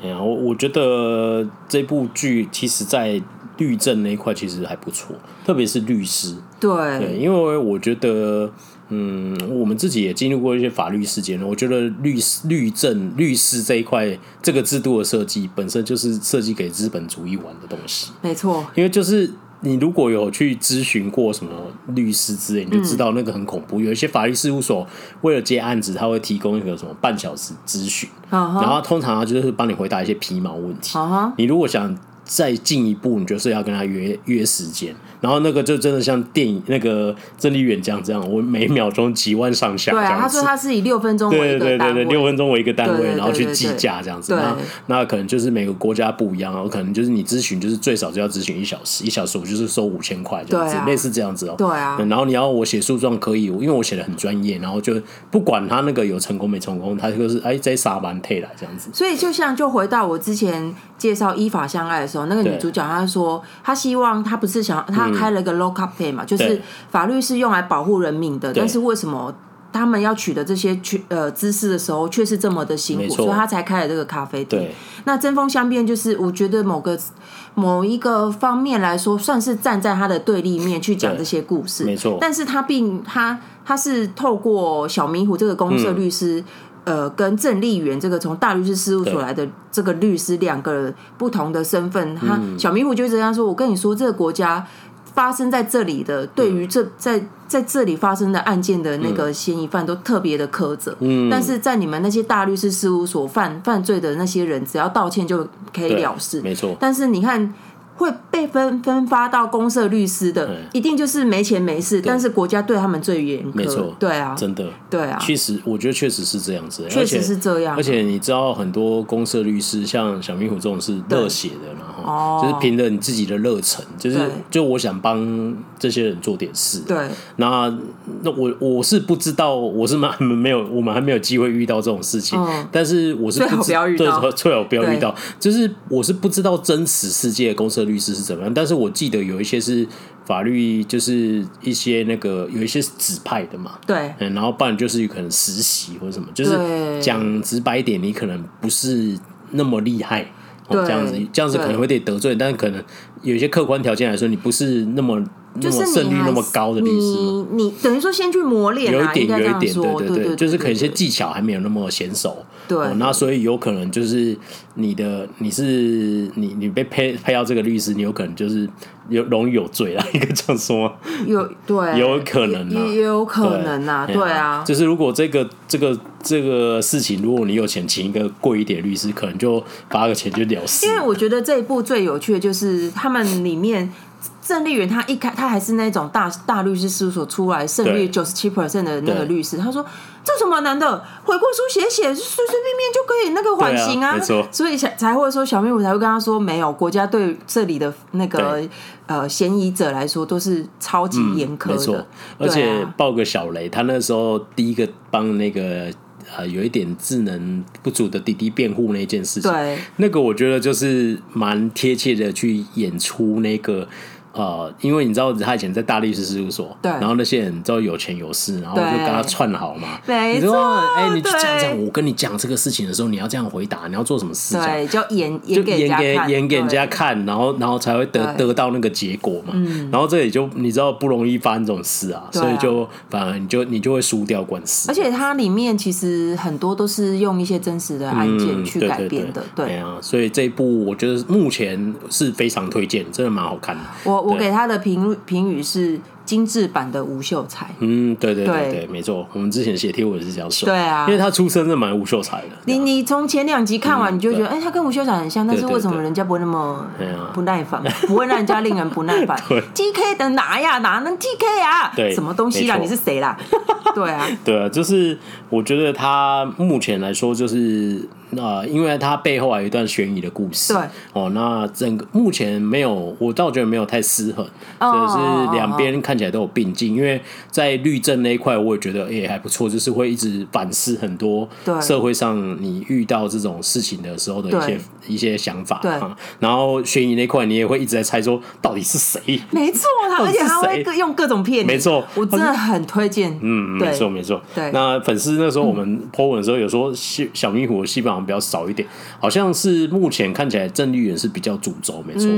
S1: 然后哎我觉得这部剧其实，在律政那一块其实还不错，特别是律师。对，
S2: 对
S1: 因为我觉得，嗯，我们自己也经历过一些法律事件，我觉得律师、律政、律师这一块这个制度的设计，本身就是设计给资本主义玩的东西。
S2: 没错，
S1: 因为就是你如果有去咨询过什么律师之类，你就知道那个很恐怖。
S2: 嗯
S1: 有一些法律事务所为了接案子，他会提供一个什么半小时咨询，
S2: 嗯哼
S1: 然后通常他就是帮你回答一些皮毛问题。
S2: 啊哈，
S1: 你如果想再进一步，你就是要跟他约约时间，然后那个就真的像电影那个郑丽远这样这样，我每秒钟几万上下这
S2: 对啊，他
S1: 样
S2: 说
S1: 子。
S2: 他是以六分钟为
S1: 对
S2: 一
S1: 对
S2: 个
S1: 对
S2: 单
S1: 对，
S2: 位，
S1: 六分钟为一个单
S2: 对
S1: 位，
S2: 对
S1: 然后去
S2: 对对
S1: 计
S2: 对
S1: 价这样子。
S2: 对
S1: 那那可能就是每个国家不一样哦，可能就是你咨询就是最少就要咨询一小时，一小时我就是收五千块这样子
S2: 对，啊
S1: 类似这样子哦。
S2: 对啊
S1: 嗯然后你要我写诉状可以，因为我写的很专业，然后就不管他那个有成功没成功，他就是哎在撒班退了这样子。
S2: 所以就像就回到我之前介绍依法相爱的时候，那个
S1: 对嗯
S2: 女主角她说，她希望她不是想她开了个 lock up pay 嘛，就是
S1: 对
S2: 法律是用来保护人民的，
S1: 对
S2: 但是为什么？他们要取得这些去呃知识的时候，却是这么的辛
S1: 没
S2: 苦，
S1: 错
S2: 所以她才开了这个咖啡店
S1: 对。
S2: 那针锋相辩，就是我觉得某个某一个方面来说，算是站在他的对立面去讲
S1: 对
S2: 这些故事，
S1: 没错
S2: 但是他并他他是透过小迷糊这个公社律师。
S1: 嗯
S2: 呃，跟郑丽媛这个从大律师事务所来的这个律师，两个不同的身份，他
S1: 嗯
S2: 小迷糊就这样说：“我跟你说，这个国家发生在这里的，对
S1: 嗯
S2: 于这在在这里发生的案件的那个嫌疑犯都特别的苛责，嗯，但是在你们那些大律师事务所犯犯罪的那些人，只要道歉就可以
S1: 对
S2: 了事，
S1: 没错。
S2: 但是你看，会被分分发到公社律师的
S1: 对，
S2: 一定就是没钱没势，但是国家对他们最严苛。
S1: 没错
S2: 对啊，
S1: 真的，
S2: 对啊，
S1: 确实，我觉得确实是这样子，
S2: 确实是这样啊
S1: 而且你知道，很多公社律师，像小明虎这种是热血的嘛，
S2: 哦
S1: 哈，就是凭着你自己的热忱，就是
S2: 对
S1: 就我想帮这些人做点事。
S2: 对，
S1: 那那我我是不知道，我是蛮没有，我们还没有机会遇到这种事情。
S2: 嗯
S1: 但是我是
S2: 最好
S1: 不知
S2: 不要遇到
S1: 对最好不要
S2: 对
S1: 遇到。就是我是不知道真实世界的公社律师是怎么样，但是我记得有一些是法律，就是一些那个有一些是指派的嘛。
S2: 对，
S1: 嗯，然后不然就是可能实习或者什么，就是
S2: 对
S1: 讲直白一点，你可能不是那么厉害。哦
S2: 对
S1: 这样子，这样子可能会得得罪，但可能有一些客观条件来说，你不是那么那
S2: 就
S1: 么
S2: 是
S1: 胜
S2: 你
S1: 率
S2: 还
S1: 那么高的律师嘛。
S2: 你你等于说先去磨练
S1: 有一
S2: 啊，
S1: 点，
S2: 应该这
S1: 有一
S2: 样
S1: 点，
S2: 说，
S1: 对
S2: 对
S1: 对，就是可能一些
S2: 对
S1: 技巧还没有那么娴熟。
S2: 对
S1: 哦那所以有可能就是你的你是你你被配配到这个律师，你有可能就是有容易有罪啦，应 该这样说吗。
S2: 有对，
S1: 有可能啊
S2: 也也也有可能啊，对啊，
S1: 就是如果这个这个这个事情，如果你有钱请一个贵一点的律师，可能就罚个钱就了事
S2: 因。为我觉得这一部最有趣的就是他们里面。郑丽媛她一开，她还是那种大大律师事务所出来胜率
S1: 对
S2: 九十七 percent 的那
S1: 对
S2: 个律师，她说这有什么难的，悔过书写写，随随便便就可以那个缓刑
S1: 对啊没错
S2: 所以才才会说小妹我才会跟她说，没有国家对这里的那个
S1: 对嗯
S2: 呃嫌疑者来说都是超级严苛
S1: 没
S2: 的，
S1: 错，而
S2: 对
S1: 且
S2: 啊
S1: 爆个小雷，他那时候第一个帮那个呃有一点智能不足的弟弟辩护那件事情，
S2: 对
S1: 那个我觉得就是蛮贴切的去演出那个。呃，因为你知道他以前在大律师事务所，
S2: 对
S1: 然后那些人知道有钱有势，然后就
S2: 对
S1: 跟他串好嘛。
S2: 没
S1: 你说
S2: 错
S1: 哎、你去
S2: 对
S1: 讲讲，我跟你讲这个事情的时候，你要这样回答，你要做什么事情？
S2: 对，就演
S1: 就
S2: 演给人
S1: 演
S2: 家
S1: 给
S2: 看，
S1: 演给人
S2: 对
S1: 家看，然后然后才会得
S2: 对嗯
S1: 得到那个结果嘛。然后这里就你知道不容易发生这种事啊，
S2: 对啊
S1: 所以就反而你就你就会输掉官司
S2: 而。且它里面其实很多都是用一些真实的案件
S1: 嗯，
S2: 去
S1: 对
S2: 改
S1: 对
S2: 编的。
S1: 对哎呀所以这一部我觉得目前是非常推荐，真的蛮好看的。
S2: 我我
S1: 对
S2: 给他的评评语是精致版的吴秀才。
S1: 嗯，对对
S2: 对
S1: 对对，没错，我们之前写贴文是这样说，
S2: 对啊
S1: 因为他出身是蛮吴秀才的，
S2: 你你从前两集看完，你就觉得，哎，他跟吴秀才很像，但是
S1: 对对
S2: 为什么
S1: 对
S2: 人家不会那么
S1: 对啊
S2: 不耐烦， 不会让人家令人不耐烦
S1: 对
S2: ？TK 的哪呀？哪能 TK 啊？
S1: 对
S2: 什么东西啦？
S1: 没
S2: 你
S1: 错
S2: 是谁啦？ 对啊，
S1: 对啊，就是我觉得他目前来说，就是呃，因为他背后还有一段悬疑的故事，
S2: 对
S1: 哦，那整个目前没有，我倒觉得没有太失衡，
S2: 哦
S1: 真的是两边看起来都有并进，因为在律政那一块，我也觉得也、还不错，就是会一直反思很多
S2: 对
S1: 社会上你遇到这种事情的时候的一些一些想法，
S2: 对
S1: 啊，然后悬疑那块你也会一直在猜说到底是谁，
S2: 没错啦，
S1: 到
S2: 而
S1: 哦底是
S2: 且他会
S1: 谁
S2: 各用各种骗你。
S1: 没错
S2: 我真的很推荐。
S1: 嗯，
S2: 对
S1: 没错没错。
S2: 对
S1: 那粉丝那时候我们 po 文的时候，有说西小迷糊的戏份好像比较少一点，好像是目前看起来郑丽媛是比较主轴，没错、啊，对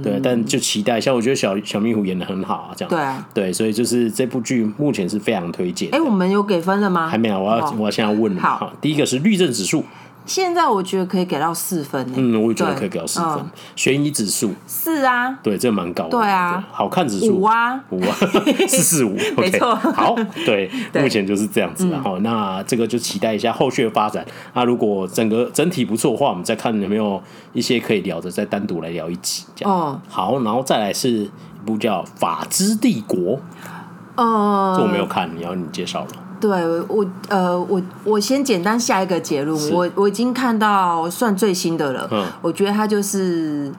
S1: 啊，对。但就期待一下，我觉得小小迷糊演的很好啊，这样
S2: 对啊
S1: 对，所以就是这部剧目前是非常推荐的。
S2: 哎，我们有给分了吗？
S1: 还没有，我要、
S2: 哦
S1: 我要现在问了。
S2: 好，
S1: 第一个是律政指数，
S2: 现在我觉得可以给到四分欸。
S1: 嗯，我也觉得
S2: 对
S1: 可以给到四分。
S2: 嗯
S1: 悬疑指数，
S2: 四啊，
S1: 对，这蛮高的。
S2: 对啊
S1: 好看指数
S2: 五啊，
S1: 五啊， 四四 五，
S2: 没错
S1: OK，好，对，
S2: 对嗯
S1: 目前就是这样子了哈。好那这个就期待一下后续的发展。那如果整个整体不错的话，我们再看有没有一些可以聊的，再单独来聊一集这样。
S2: 哦，
S1: 好，然后再来是一部叫《法之帝国》，这我
S2: 呃，
S1: 没有看，你要你介绍了。
S2: 对我呃，我我先简单下一个结论，我我已经看到算最新的了，
S1: 嗯
S2: 我觉得它就是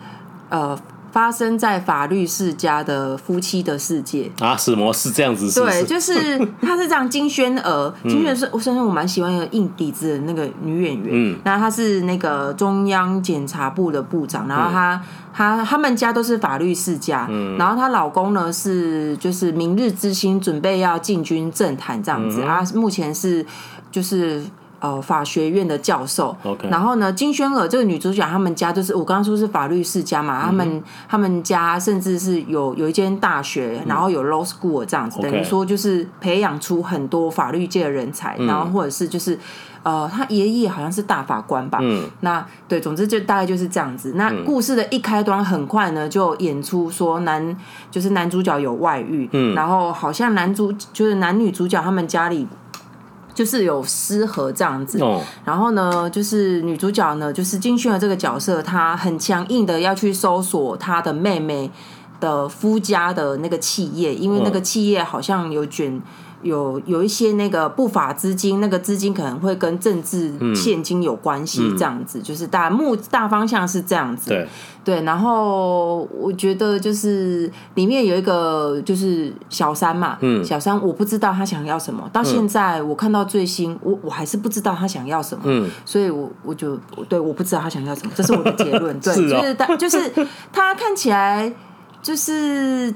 S2: 呃发生在法律世家的夫妻的世界。
S1: 啊，什么是这样子？是不嗯
S2: 对，
S1: 是？
S2: 就是他是这样，金宣娥，金宣娥是我算是我蛮喜欢一个硬底子的那个女演员，
S1: 嗯
S2: 然后她是那个中央检察部的部长，
S1: 嗯
S2: 然后她她他们家都是法律世家，然后她老公呢是就是明日之星，准备要进军政坛这样子，
S1: 嗯
S2: 啊，目前是就是。呃，法学院的教授
S1: OK
S2: 然后呢，金宣娥这个女主角，他们家就是我刚刚说是法律世家嘛，他
S1: 嗯
S2: 们他们家甚至是有有一间大学，然后有 law school 这样子，
S1: OK
S2: 等于说就是培养出很多法律界的人才，
S1: 嗯
S2: 然后或者是就是呃，他爷爷好像是大法官吧，
S1: 嗯，
S2: 那对，总之就大概就是这样子。那故事的一开端很快呢，就演出说男就是男主角有外遇，嗯，然后好像男主就是男女主角他们家里。就是有失和这样子。
S1: 哦，
S2: 然后呢，就是女主角呢，就是金勋儿这个角色，她很强硬的要去搜索她的妹妹的夫家的那个企业，因为那个企业好像有卷。有有一些那个不法资金，那个资金可能会跟政治现金有关系，这样子、就是大目大方向是这样子。
S1: 对，
S2: 对，然后我觉得就是里面有一个就是小三嘛，嗯，小三我不知道他想要什
S1: 嗯
S2: 么，到现在我看到最新，我我还是不知道他想要什么，
S1: 嗯，
S2: 所以我我就对我不知道他想要什么，这是我的结 论，对，
S1: 是哦
S2: 就是他就是他看起来就是。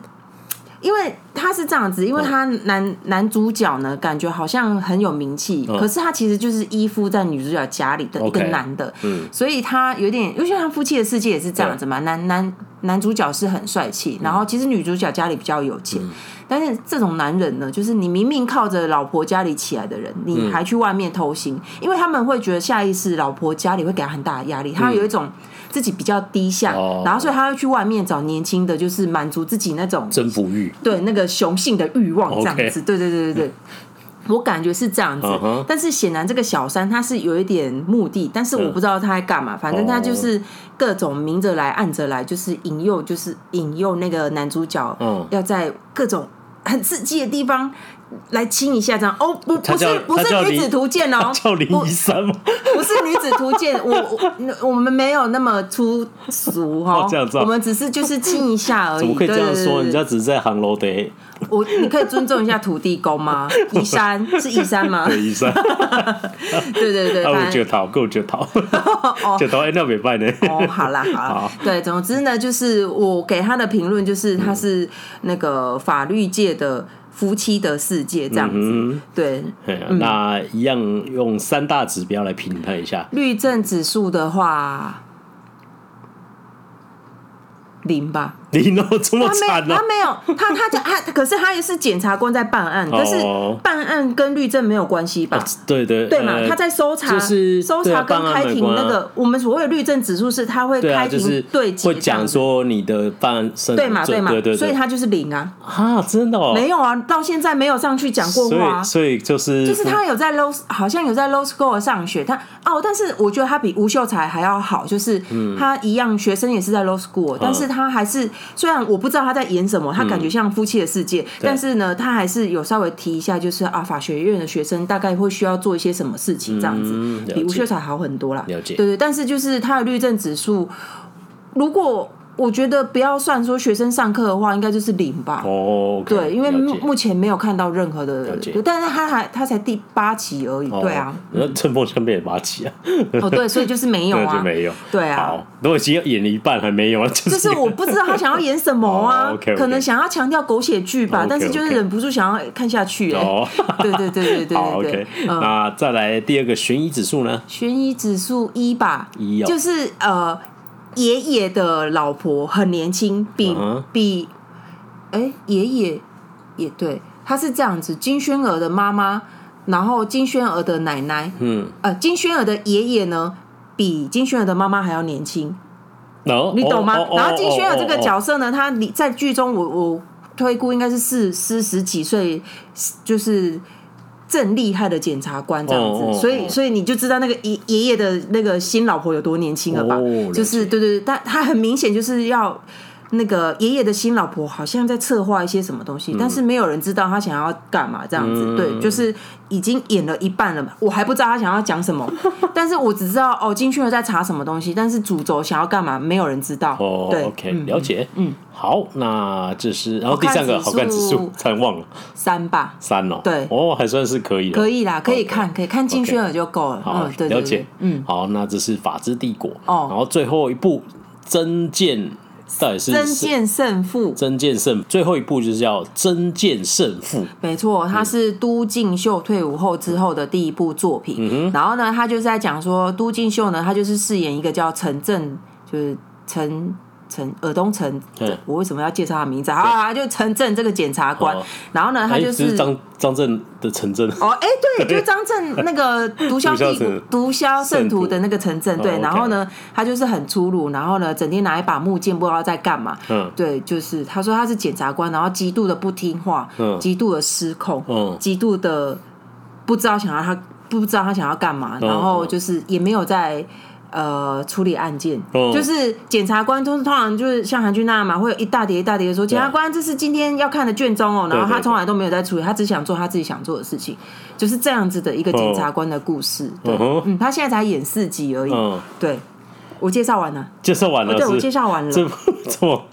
S2: 因为他是这样子，因为他男、男主角呢，感觉好像很有名气，可是他其实就是依附在女主角家里的一个
S1: 嗯 OK
S2: 男的，
S1: 嗯
S2: 所以他有点，尤其像夫妻的世界也是这样子嘛。男男男主角是很帅
S1: 嗯
S2: 气，然后其实女主角家里比较有钱，但是这种男人呢，就是你明明靠着老婆家里起来的人，
S1: 嗯
S2: 你还去外面偷腥，因为他们会觉得下意识老婆家里会给他很大的压力，他有一种自己比较低下，
S1: 嗯哦
S2: 然后所以他会去外面找年轻的，就是满足自己那种
S1: 征服欲，
S2: 对那个雄性的欲望这样子。
S1: OK
S2: 对对对对对。我感觉是这样子
S1: 嗯哼
S2: 但是显然这个小三他是有一点目的，但是我
S1: 嗯
S2: 不知道他在干嘛。反正他就是
S1: 哦
S2: 各种明着来暗着来，就是引诱，就是引诱那个男主角
S1: 嗯
S2: 要在各种很刺激的地方来亲一下，这样哦，不
S1: 他
S2: 不
S1: 叫
S2: 是不
S1: 他
S2: 是
S1: 叫
S2: 女
S1: 林
S2: 子 图鉴哦，
S1: 叫林
S2: 不
S1: 一山吗？
S2: 不是女子图鉴， 我我我们没有那么粗俗哈、
S1: 哦这样子啊
S2: 我们只是就是亲一下而已。
S1: 怎么可以这样
S2: 对对对
S1: 说？
S2: 对
S1: 人家只是在杭楼的
S2: 我你可以尊重一下土地 公吗？移山是移山吗？
S1: 的一山， 啊，
S2: 对对对，
S1: 我
S2: 反
S1: 就
S2: 正
S1: 逃，够就逃， 就逃，哎，那没办呢。
S2: 哦，好啦好啦
S1: 好，
S2: 对，总之呢，就是我给他的评论就是他
S1: 嗯
S2: 是那个法律界的夫妻的世界这样子，
S1: 嗯
S2: 对。
S1: 哎呀那一样用三大指标来评判一下，
S2: 律政指数的话，零吧。
S1: 你哦这么
S2: 他
S1: 惨
S2: 没，
S1: 哦
S2: 他，没有，他他就他，可是他也是检察官在办案，但是
S1: 哦
S2: 办案跟律政没有关系吧？
S1: 对对
S2: 对嘛？
S1: 呃
S2: 他在搜查，
S1: 就是
S2: 搜
S1: 对
S2: 查
S1: 啊
S2: 跟
S1: 办案
S2: 开
S1: 没
S2: 庭
S1: 关啊
S2: 那个，我们所谓的律政指数是他会
S1: 对啊，
S2: 开
S1: 就是
S2: 庭对
S1: 会
S2: 质这样
S1: 讲
S2: 子，
S1: 说你的办案身
S2: 对嘛嘛
S1: 对对，，
S2: 所以
S1: 对
S2: 他就是零啊，
S1: 啊，真的哦，
S2: 没有啊，到现在没有上去讲过
S1: 所
S2: 话
S1: 以
S2: 啊。
S1: 所以就是
S2: 就是他有在 low，好像有在 low school 上学，他哦，但是我觉得他比吴秀才还要好，就是
S1: 嗯
S2: 他一样学生也是在 low school，、但是他还是虽然我不知道他在演什么，他感觉
S1: 嗯
S2: 像夫妻的世界，但是呢，他还是有稍微提一下，就是啊，法学院的学生大概会需要做一些什么事情这样子，
S1: 嗯了
S2: 比吴
S1: 解
S2: 秀才好很多啦。
S1: 了解
S2: 对对，但是就是他的律政指数，如果我觉得不要算说学生上课的话，应该就是零吧。
S1: 哦，OK，
S2: 对，因为
S1: 了
S2: 目
S1: 解
S2: 目前没有看到任何的
S1: 解，
S2: 但是他还他才第八集而已，对啊，
S1: 哦，那趁风向被马起啊，
S2: 哦对，所以就是没 有
S1: 那就
S2: 啊，
S1: 没有。
S2: 对啊，
S1: 好，都已经演了一半还没有啊，就
S2: 就是我不知道他想要演什 么
S1: 哦
S2: 啊，
S1: ，OK，OK 哦
S2: 可能想要强调狗血剧吧，
S1: OK，OK
S2: 但是就是忍不住想要看下去，哎，
S1: 哦，
S2: 对对对对 对
S1: 好
S2: 对对嗯
S1: ，OK，，那再来第二个悬疑指数呢？
S2: 悬疑指数一吧，
S1: 一哦
S2: 就是呃，爷爷的老婆很年轻，比、
S1: 嗯哼
S2: 比，哎、爷爷也对，他是这样子，金宣儿的妈妈，然后金宣儿的奶奶，
S1: 嗯，
S2: 呃，金宣儿的爷爷呢，比金宣儿的妈妈还要年轻，
S1: 然后
S2: 你懂吗？
S1: 哦
S2: 然后金宣儿这个
S1: 角
S2: 角色呢，他里在剧中我我推估应该是四四十几岁，就是正厉害的检察官这样子，
S1: 哦哦
S2: 所以
S1: 哦
S2: 所以你就知道那个爷爷爷的那个新老婆有多年轻了吧？
S1: 哦了
S2: 就是
S1: 解
S2: 对对对，但他很明显就是要。那个爷爷的新老婆好像在策划一些什么东西，但是没有人知道他想要干嘛这样子。
S1: 嗯
S2: 对，就是已经演了一半了嘛，我还不知道他想要讲 什么，但是我只知道哦，金勋儿在查什么东西，但是主轴想要干嘛，没有人知道。
S1: 哦
S2: 对
S1: ，OK，
S2: 嗯
S1: 了解，嗯，好，那这是然后第三个好
S2: 好
S1: 看
S2: 看
S1: 指
S2: 指数
S1: 数， 差点忘了
S2: 三吧，
S1: 三哦，
S2: 对
S1: 哦，还算是可以的，
S2: 可以啦，可
S1: OK
S2: 以看，可以看金勋儿就够了。
S1: 好
S2: 嗯，，对对
S1: 了解
S2: 对，，嗯，
S1: 好，那这是《法治帝国》
S2: 哦
S1: 然后最后一部《真剑》到底是
S2: 真见胜负，
S1: 真剑胜，最后一部就是叫《真剑胜负》，
S2: 没错，
S1: 嗯
S2: 他是都敬秀退伍后之后的第一部作
S1: 嗯
S2: 品。然后呢，他就是在讲说，都敬秀呢，他就是饰演一个叫陈正，就是陈。陈尔东陈
S1: 对，
S2: 我为什么要介绍他的名字啊？啊就陈正这个检察官
S1: 哦，
S2: 然后呢，他
S1: 哎
S2: 就
S1: 这是
S2: 是
S1: 张张震的陈震，
S2: 哦，哎、对，就是张震那个毒 枭
S1: 毒枭
S2: 帝
S1: 圣
S2: 国毒枭圣徒的那个城镇，
S1: 哦
S2: 对，
S1: ，OK
S2: 然后呢，他就是很粗鲁，然后呢，整天拿一把木剑，不知道在干嘛。
S1: 嗯
S2: 对，就是他说他是检察官，然后极度的不听话
S1: 嗯，
S2: 极度的失控
S1: 嗯，
S2: 极度的。不知道想要他不知道他想要干嘛，然后就是也没有在。呃，处理案件、
S1: 哦
S2: 就是检察官通通常就是像韩剧那样嘛，会有一大叠一大叠的说，检察官这是今天要看的卷宗哦，然后
S1: 对
S2: 他
S1: 对
S2: 从来都没有在处理，他只想做他自己想做的事情，就是这样子的一个检察官的故事。对
S1: 嗯哼
S2: 嗯，他现在才演四集而已。
S1: 嗯，
S2: 对，我介绍完了，
S1: 介绍完了
S2: 哦对我
S1: 是，
S2: 介绍完了。
S1: 这这 么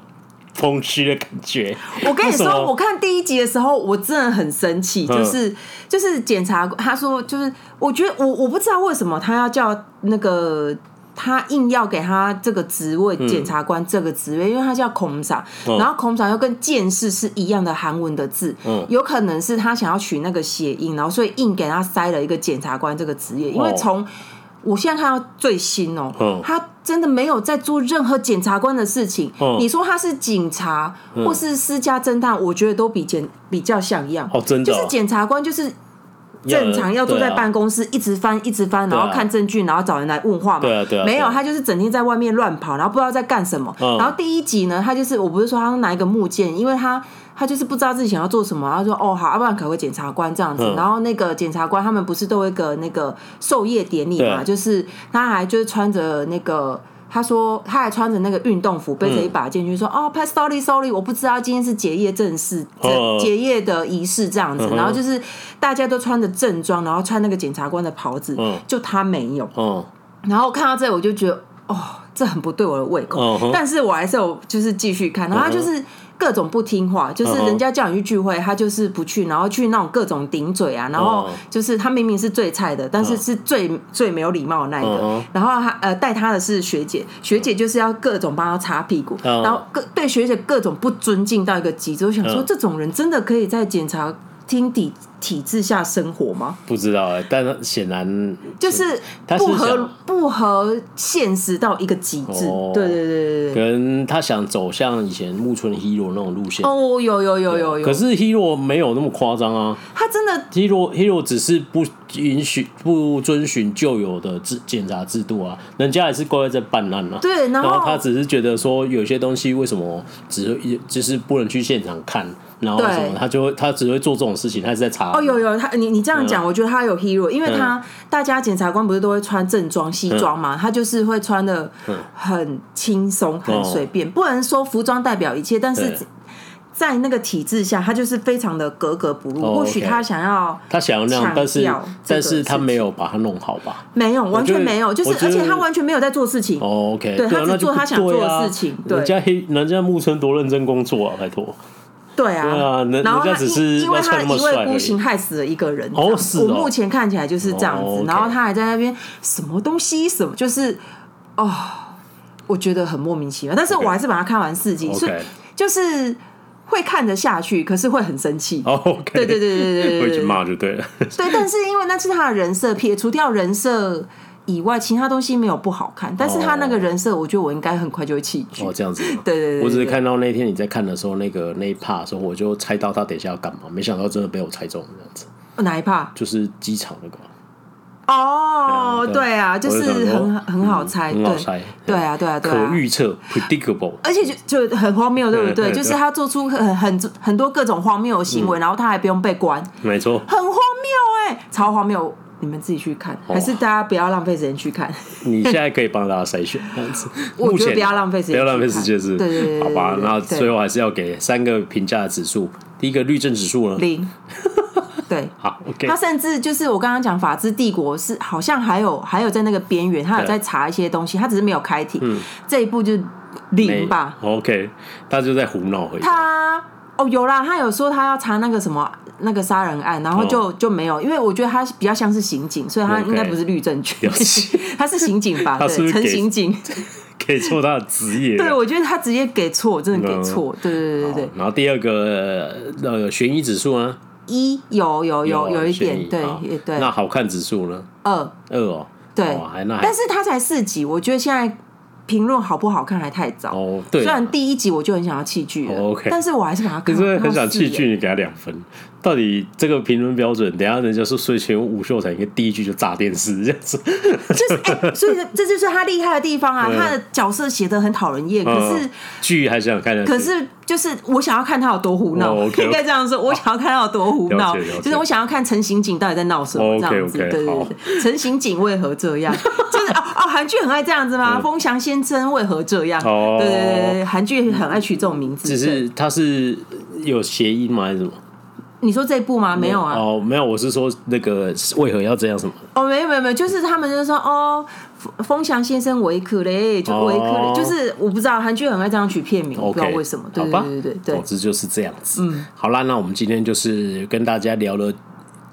S1: 风虚的感觉，
S2: 我跟你
S1: 为什
S2: 说，
S1: 么
S2: 我看第一集的时候，我真的很生气，
S1: 嗯
S2: 就是就是检察官他说，就是我觉得我我不知道为什么他要叫那个。他硬要给他这个职位，检察官这个职位，因为他叫孔长，
S1: 嗯
S2: 然后孔长又跟见识是一样的韩文的字，
S1: 嗯
S2: 有可能是他想要取那个谐音，然后所以硬给他塞了一个检察官这个职业，因为
S1: 哦
S2: 从我现在看到最新哦、
S1: 嗯
S2: 他真的没有在做任何检察官的事情。
S1: 嗯
S2: 你说他是警察或是私家侦探，我觉得都比检比较像样。
S1: 哦，真的
S2: 就
S1: 哦、
S2: 是检察官就是正常要坐在办公室一直翻一直翻，然
S1: 啊
S2: 后看证据，然后找人来问话嘛。
S1: 对啊对啊对啊
S2: 没有，他就是整天在外面乱跑，然后不知道在干什么。
S1: 嗯
S2: 然后第一集呢，他就是我不是说他拿一个木剑，因为他。他就是不知道自己想要做什么，他说哦好，要、不然考个检察官这样子。
S1: 嗯
S2: 然后那个检察官他们不是都有一个那个授业典礼嘛，
S1: 对
S2: 就是他还就是穿着那个，他说他还穿着那个运动服，背着一把剑
S1: 嗯
S2: 去说、哦拍 sorry sorry，我不知道今天是结业正式，这
S1: 哦
S2: 结业的仪式这样子，
S1: 嗯哼
S2: 然后就是大家都穿着正装，然后穿那个检察官的袍子，
S1: 嗯
S2: 就他没有。
S1: 嗯，
S2: 然后看到这，我就觉得哦，这很不对我的胃口，
S1: 嗯哼嗯
S2: 但是我还是有就是继续看，然后他就是。各种不听话，就是
S1: 嗯哼
S2: 人家叫你去聚会，他就是不去，然后去那种各种顶嘴啊，然后
S1: 嗯
S2: 就是他明明是最菜的，但是是最最没有礼貌的那一个。
S1: 嗯哼
S2: 然后他呃带他的是学姐，学姐就是要各种帮他擦屁股，
S1: 嗯
S2: 然后各对学姐各种不尊敬到一个极致。我想说，
S1: 嗯
S2: 这种人真的可以在检察厅体体制下生活吗？
S1: 不知道哎，但显然
S2: 就是
S1: 他是
S2: 不合
S1: 想
S2: 不合现实到一个极致。
S1: 哦
S2: 对对对对
S1: 可
S2: 对。
S1: 能他想走向以前木村 Hero 那种路线，
S2: 哦，有有有有有，
S1: 可是 Hero 没有那么夸张啊
S2: 他真的
S1: ，Hero Hero 只是不允许不遵循旧有的制检查制度啊，人家也是乖乖在办案啊。
S2: 对，然
S1: 然后
S2: 后
S1: 他只是觉得说有些东西为什么只会就是不能去现场看，然后
S2: 对
S1: 什么他就会他只会做这种事情，他是在查
S2: 哦，有有他，你你这样
S1: 嗯
S2: 讲，我觉得他有 hero，因为他、大家检察官不是都会穿正装西装
S1: 嗯
S2: 嘛，他就是会穿的很轻松、很随便，不能说服装代表一切，但是
S1: 嗯对
S2: 在那个体制下，他就是非常的格格不入。
S1: 哦
S2: 或许
S1: OK
S2: 他想要
S1: 他想要那样
S2: 强，
S1: 但是
S2: 调这个
S1: 但是他
S2: 事情
S1: 没有把它弄好吧？
S2: 没有，完全
S1: 觉得
S2: 没有，就是
S1: 我觉
S2: 而且
S1: 得
S2: 他完全没有在做事情。
S1: 哦，OK，
S2: 对
S1: 啊
S2: 他只
S1: 那就
S2: 做他
S1: 不
S2: 想做的
S1: 对啊
S2: 事情对
S1: 人家黑，人家木村多认真工作啊，拜托。
S2: 对啊，
S1: 对啊人
S2: 然后
S1: 人
S2: 他
S1: 家只是
S2: 因因为
S1: 要
S2: 他
S1: 穿
S2: 的
S1: 那么
S2: 一
S1: 帅
S2: 位
S1: 而已
S2: 孤行害死了一个人，
S1: 哦
S2: 这样
S1: 是
S2: 我
S1: 哦
S2: 目前看起来就是这样子。
S1: 哦，OK
S2: 然后他还在那边什么东西什么，就是哦，我觉得很莫名其妙。但是我
S1: OK
S2: 还是把它看完四集所以
S1: OK
S2: 就是会看得下去，可是会很 生气。
S1: 哦，OK，
S2: 对对对对对对
S1: 会
S2: 对
S1: 一直
S2: 对，
S1: 骂就对 了。
S2: 对，但是因为那是他的人设，撇除掉人设以外，其他东西没有不好看。但是他那个
S1: 哦
S2: 人设，我觉得我应该很快就会弃剧。
S1: 哦，这样子吗。
S2: 对对对对
S1: 我只是
S2: 对
S1: 看到那天你在看的时候，那个那一 part 的时候，我就猜到他等一下要干嘛，没想到真的被我猜中，这样子，
S2: 哪一趴？
S1: 就是机场那个嘛。
S2: 哦，
S1: 对啊
S2: 对啊，就
S1: 啊我
S2: 是
S1: 想说嗯
S2: 很很好猜，
S1: 很好
S2: 对
S1: 猜
S2: 对啊，对啊，对
S1: 可
S2: 啊。
S1: 预测 （predictable）。
S2: 而且就就很荒谬，对不
S1: 对
S2: 对？
S1: 对
S2: 就是
S1: 对嗯
S2: 他做出很很很多各种荒谬的行为，然后他还不用被关，
S1: 没错，
S2: 很荒谬哎、超荒谬！你们自己去看，
S1: 哦
S2: 还是大家不要浪费时间去看？
S1: 你现在可以帮大家筛选这样 子。
S2: 我
S1: 目
S2: 觉得
S1: 前
S2: 不要浪费时间
S1: 不要浪费
S2: 去看
S1: 时间是不是，
S2: 对对对对
S1: 好吧
S2: 对。对
S1: 那
S2: 对
S1: 最后还是要给三个评价的指数，第一个律政指数呢？
S2: 零，对。
S1: 好，OK，
S2: 他甚至就是我刚刚讲法治帝国是好像还有还有在那个边缘，他有
S1: 对嗯
S2: 在查一些东西，他只是没有开庭。这一步就零吧，
S1: 没？OK，他就在胡闹而已。
S2: 他哦有啦，他有说他要查那个什么那个杀人案，然后
S1: 哦
S2: 就、就没有，因为我觉得他比较像是刑警，所以他
S1: OK
S2: 应该不是律政局
S1: 了解，
S2: 他是刑警吧？
S1: 他是不
S2: 对，
S1: 是
S2: 陈
S1: 给
S2: 刑警。
S1: 给错他的职业。
S2: 对，我觉得他直接给错，真的给
S1: 嗯
S2: 错。对对对对对
S1: 好，然后第二个呃呃悬疑指数呢？哦
S2: 一有有有有一
S1: 悬疑
S2: 点，对
S1: 好
S2: 也对
S1: 那好看指数呢？
S2: 二
S1: 二哦，
S2: 对
S1: 哇还那，还
S2: 但是他才四集，我觉得现在评论好不好看还太早。
S1: 哦，对
S2: 虽
S1: 啊，
S2: 然第一集我就很想要弃剧了
S1: 哦，OK
S2: 但是我还是把它
S1: 可
S2: 看。
S1: 是很想
S2: 看到四
S1: 弃
S2: 耶
S1: 剧，你给他两分，到底这个评论标准，等一下人家说睡前吴秀才应该第一句就炸电视这样子，
S2: 就是哎、 所以这就是他厉害的地方啊！
S1: 嗯
S2: 他的角色写的很讨人厌，可是
S1: 嗯剧还想想看下去，
S2: 可是就是我想要看他有多胡闹，
S1: 哦，OK，OK
S2: 应该这样说，我想要看他有多胡
S1: 了
S2: 闹
S1: 解了，解哦
S2: 就是我想要看陈刑警到底在闹什么这样子。
S1: OK，OK，
S2: 对对
S1: 好
S2: 对，陈刑警为何这 样？就是哦哦，韩剧很爱这样子吗？风翔先生为何这样？
S1: 嗯哦
S2: 对对对对，韩剧很爱取这种名字。
S1: 只是它是有谐音吗？还是什么？
S2: 你说这部吗？没有啊，
S1: 哦，没有，我是说那个为何要这样什么？
S2: 哦，没有没有没有，就是他们就说哦，风风翔先生维克雷，就维克雷，
S1: 哦
S2: 就是我不知道韩剧很爱这样取片名，我不
S1: OK，
S2: 知道为什么。对
S1: 好吧，
S2: 对对对对
S1: 总，之就是这样子。嗯，好啦，那我们今天就是跟大家聊了。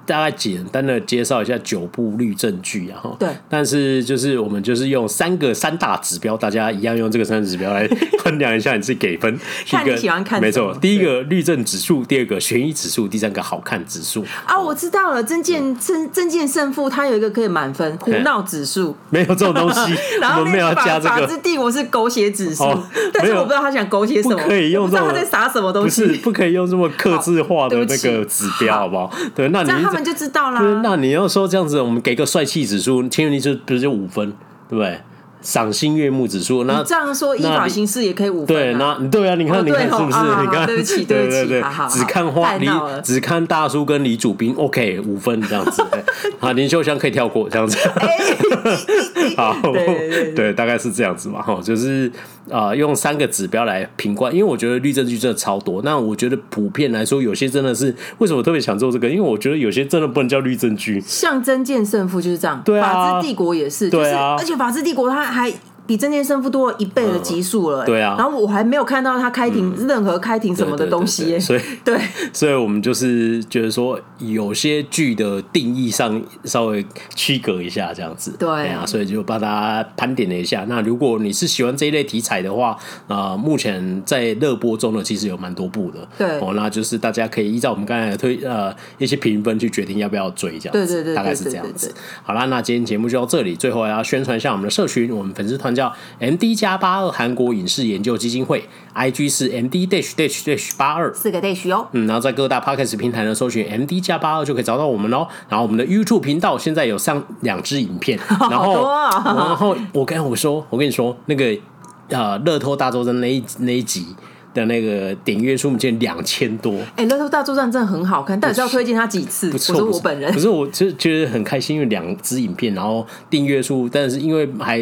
S1: 大概简单的介绍一下九部律政剧啊，哈，
S2: 对
S1: 但是就是我们就是用三个三大指标，大家一样用这个三个指标来衡量一下你自己给分。
S2: 看
S1: 一个
S2: 你喜欢看
S1: 没
S2: 什
S1: 错
S2: 么，
S1: 第一个律政指数，第二个悬疑指数，第三个好看指数。
S2: 啊，我知道了，真见真真见胜负，它有一个可以满分，胡闹指数。，
S1: 没有这种东西
S2: 然
S1: 我
S2: 后
S1: 们没有
S2: 那
S1: 要
S2: 个
S1: 加
S2: 法
S1: 这
S2: 法
S1: 个
S2: 治。帝国是狗血指数
S1: 哦，
S2: 但
S1: 没
S2: 是
S1: 有
S2: 我不知道他想狗血什么，
S1: 不可以用
S2: 我不知道他
S1: 这种
S2: 在撒什么东
S1: 不是
S2: 西，
S1: 不可以用这么克制化的
S2: 好对不
S1: 那
S2: 起
S1: 个指标，好不好？对，那你
S2: 这样
S1: 一
S2: 他
S1: 直
S2: 们就知道
S1: 不是
S2: 啦。
S1: 那你要说这样子，我们给个帅气指数，千人就不是就五分，对不对？赏心悦目指数，那
S2: 你这样说依法行事也可以五分
S1: 对，
S2: 啊。
S1: 那对啊，你
S2: 哦
S1: 看，你看
S2: 对哦
S1: 是不是？
S2: 啊好
S1: 你看，
S2: 对不起对
S1: 对
S2: 不起
S1: 对
S2: 好好好
S1: 只看花
S2: 太
S1: 李
S2: 闹了，
S1: 只看大叔跟李主斌，OK，五分这样 子。对啊，林秀香可以跳过这样子。 好，
S2: 哎对对对对
S1: 对，大概是这样子嘛，哈，就是啊、呃用三个指标来评判，因为我觉得律政剧真的超多。那我觉得普遍来说，有些真的是为什么我特别想做这个？因为我觉得有些真的不能叫律政剧，
S2: 像真见胜负就是这样，
S1: 对啊
S2: 法治帝国也是，就是
S1: 对啊
S2: 而且法治帝国它还。比真见胜负多了一倍的集数了、欸
S1: 对啊嗯
S2: 然后我还没有看到他开庭、任何开庭什么的东
S1: 对
S2: 西、欸，
S1: 对对对所以
S2: 对，
S1: 所以我们就是觉得说，有些剧的定义上稍微区隔一下这样子。
S2: 对
S1: 哎呀所以就帮大家盘点了一下。那如果你是喜欢这一类题材的话，呃，目前在热播中的其实有蛮多部的。
S2: 对
S1: 哦，那就是大家可以依照我们刚才的推呃一些评分去决定要不要追这样子。
S2: 对对对
S1: 大概是这
S2: 对对
S1: 样
S2: 对
S1: 子
S2: 对。
S1: 好啦，那今天节目就到这里。最后要宣传一下我们的社群，我们粉丝团叫 M D 加八二韩国影视研究基金会，I G 是 M D dash dash dash 八二。
S2: 四个 dash 哦，
S1: 嗯，然后在各大 podcast 平台呢搜寻 MD 加八二就可以找到我们喽。然后我们的 YouTube 频道现在有上两支影 片，然后、
S2: 多啊
S1: 然后我跟我说，我跟你说那个呃乐透大作战那一那一集的那个点阅数目见两千多。
S2: 哎、乐透大作战真的很好看，但是要推荐他几次？
S1: 不
S2: 我
S1: 错，
S2: 说
S1: 不
S2: 我
S1: 错
S2: 本人
S1: 可，是我就觉得很开心，因为两支影片，然后订阅数，但是因为还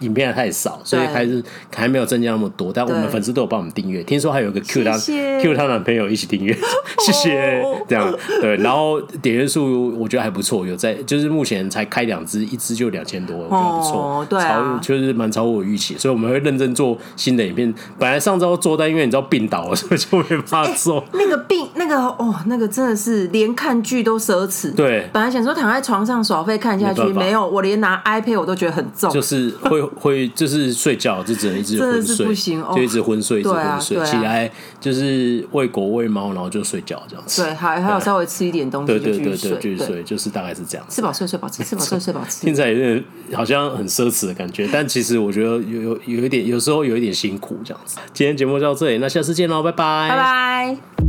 S1: 影片还太少，所以
S2: 对
S1: 还是还没有增加那么多。但我们
S2: 对
S1: 粉丝都有帮我们订阅，听说还有一个 Q 她
S2: 谢谢
S1: Q 她男朋友一起订阅， 谢谢
S2: 哦。
S1: 这 样对，然后点阅数我觉得还不错，有在就是目前才开两支，一支就两千多，我觉得还不错，
S2: 哦对啊
S1: 超就是蛮超乎我预期，所以我们会认真做新的影片。本来上周要做，但因为你知道病倒了，所以就没办法做。
S2: 那个病，那个哦，那个真的是连看剧都奢侈。
S1: 对
S2: 本来想说躺在床上耍废看下去，
S1: 没办法
S2: 没有，我连拿 iPad 我都觉得很重。
S1: 就是会会就是睡觉就只能一直
S2: 真的
S1: 昏
S2: 是
S1: 睡，
S2: 不行哦
S1: 就一直昏睡，一直
S2: 对啊
S1: 昏睡，
S2: 对啊
S1: 起来就是喂狗喂猫，然后就睡觉这样子。
S2: 对，还还有稍微吃一点东西
S1: 对
S2: 就
S1: 对对对，
S2: 继续睡，
S1: 继续
S2: 对，
S1: 睡，就是大概是这样子。
S2: 吃饱睡，睡饱吃，吃饱睡，睡饱吃。
S1: 听起来有点好像很奢侈的感觉，但其实我觉得有 有有一点，有时候有一点辛苦这样子。今天节目就到这里，那下次见喽，拜拜，
S2: 拜拜。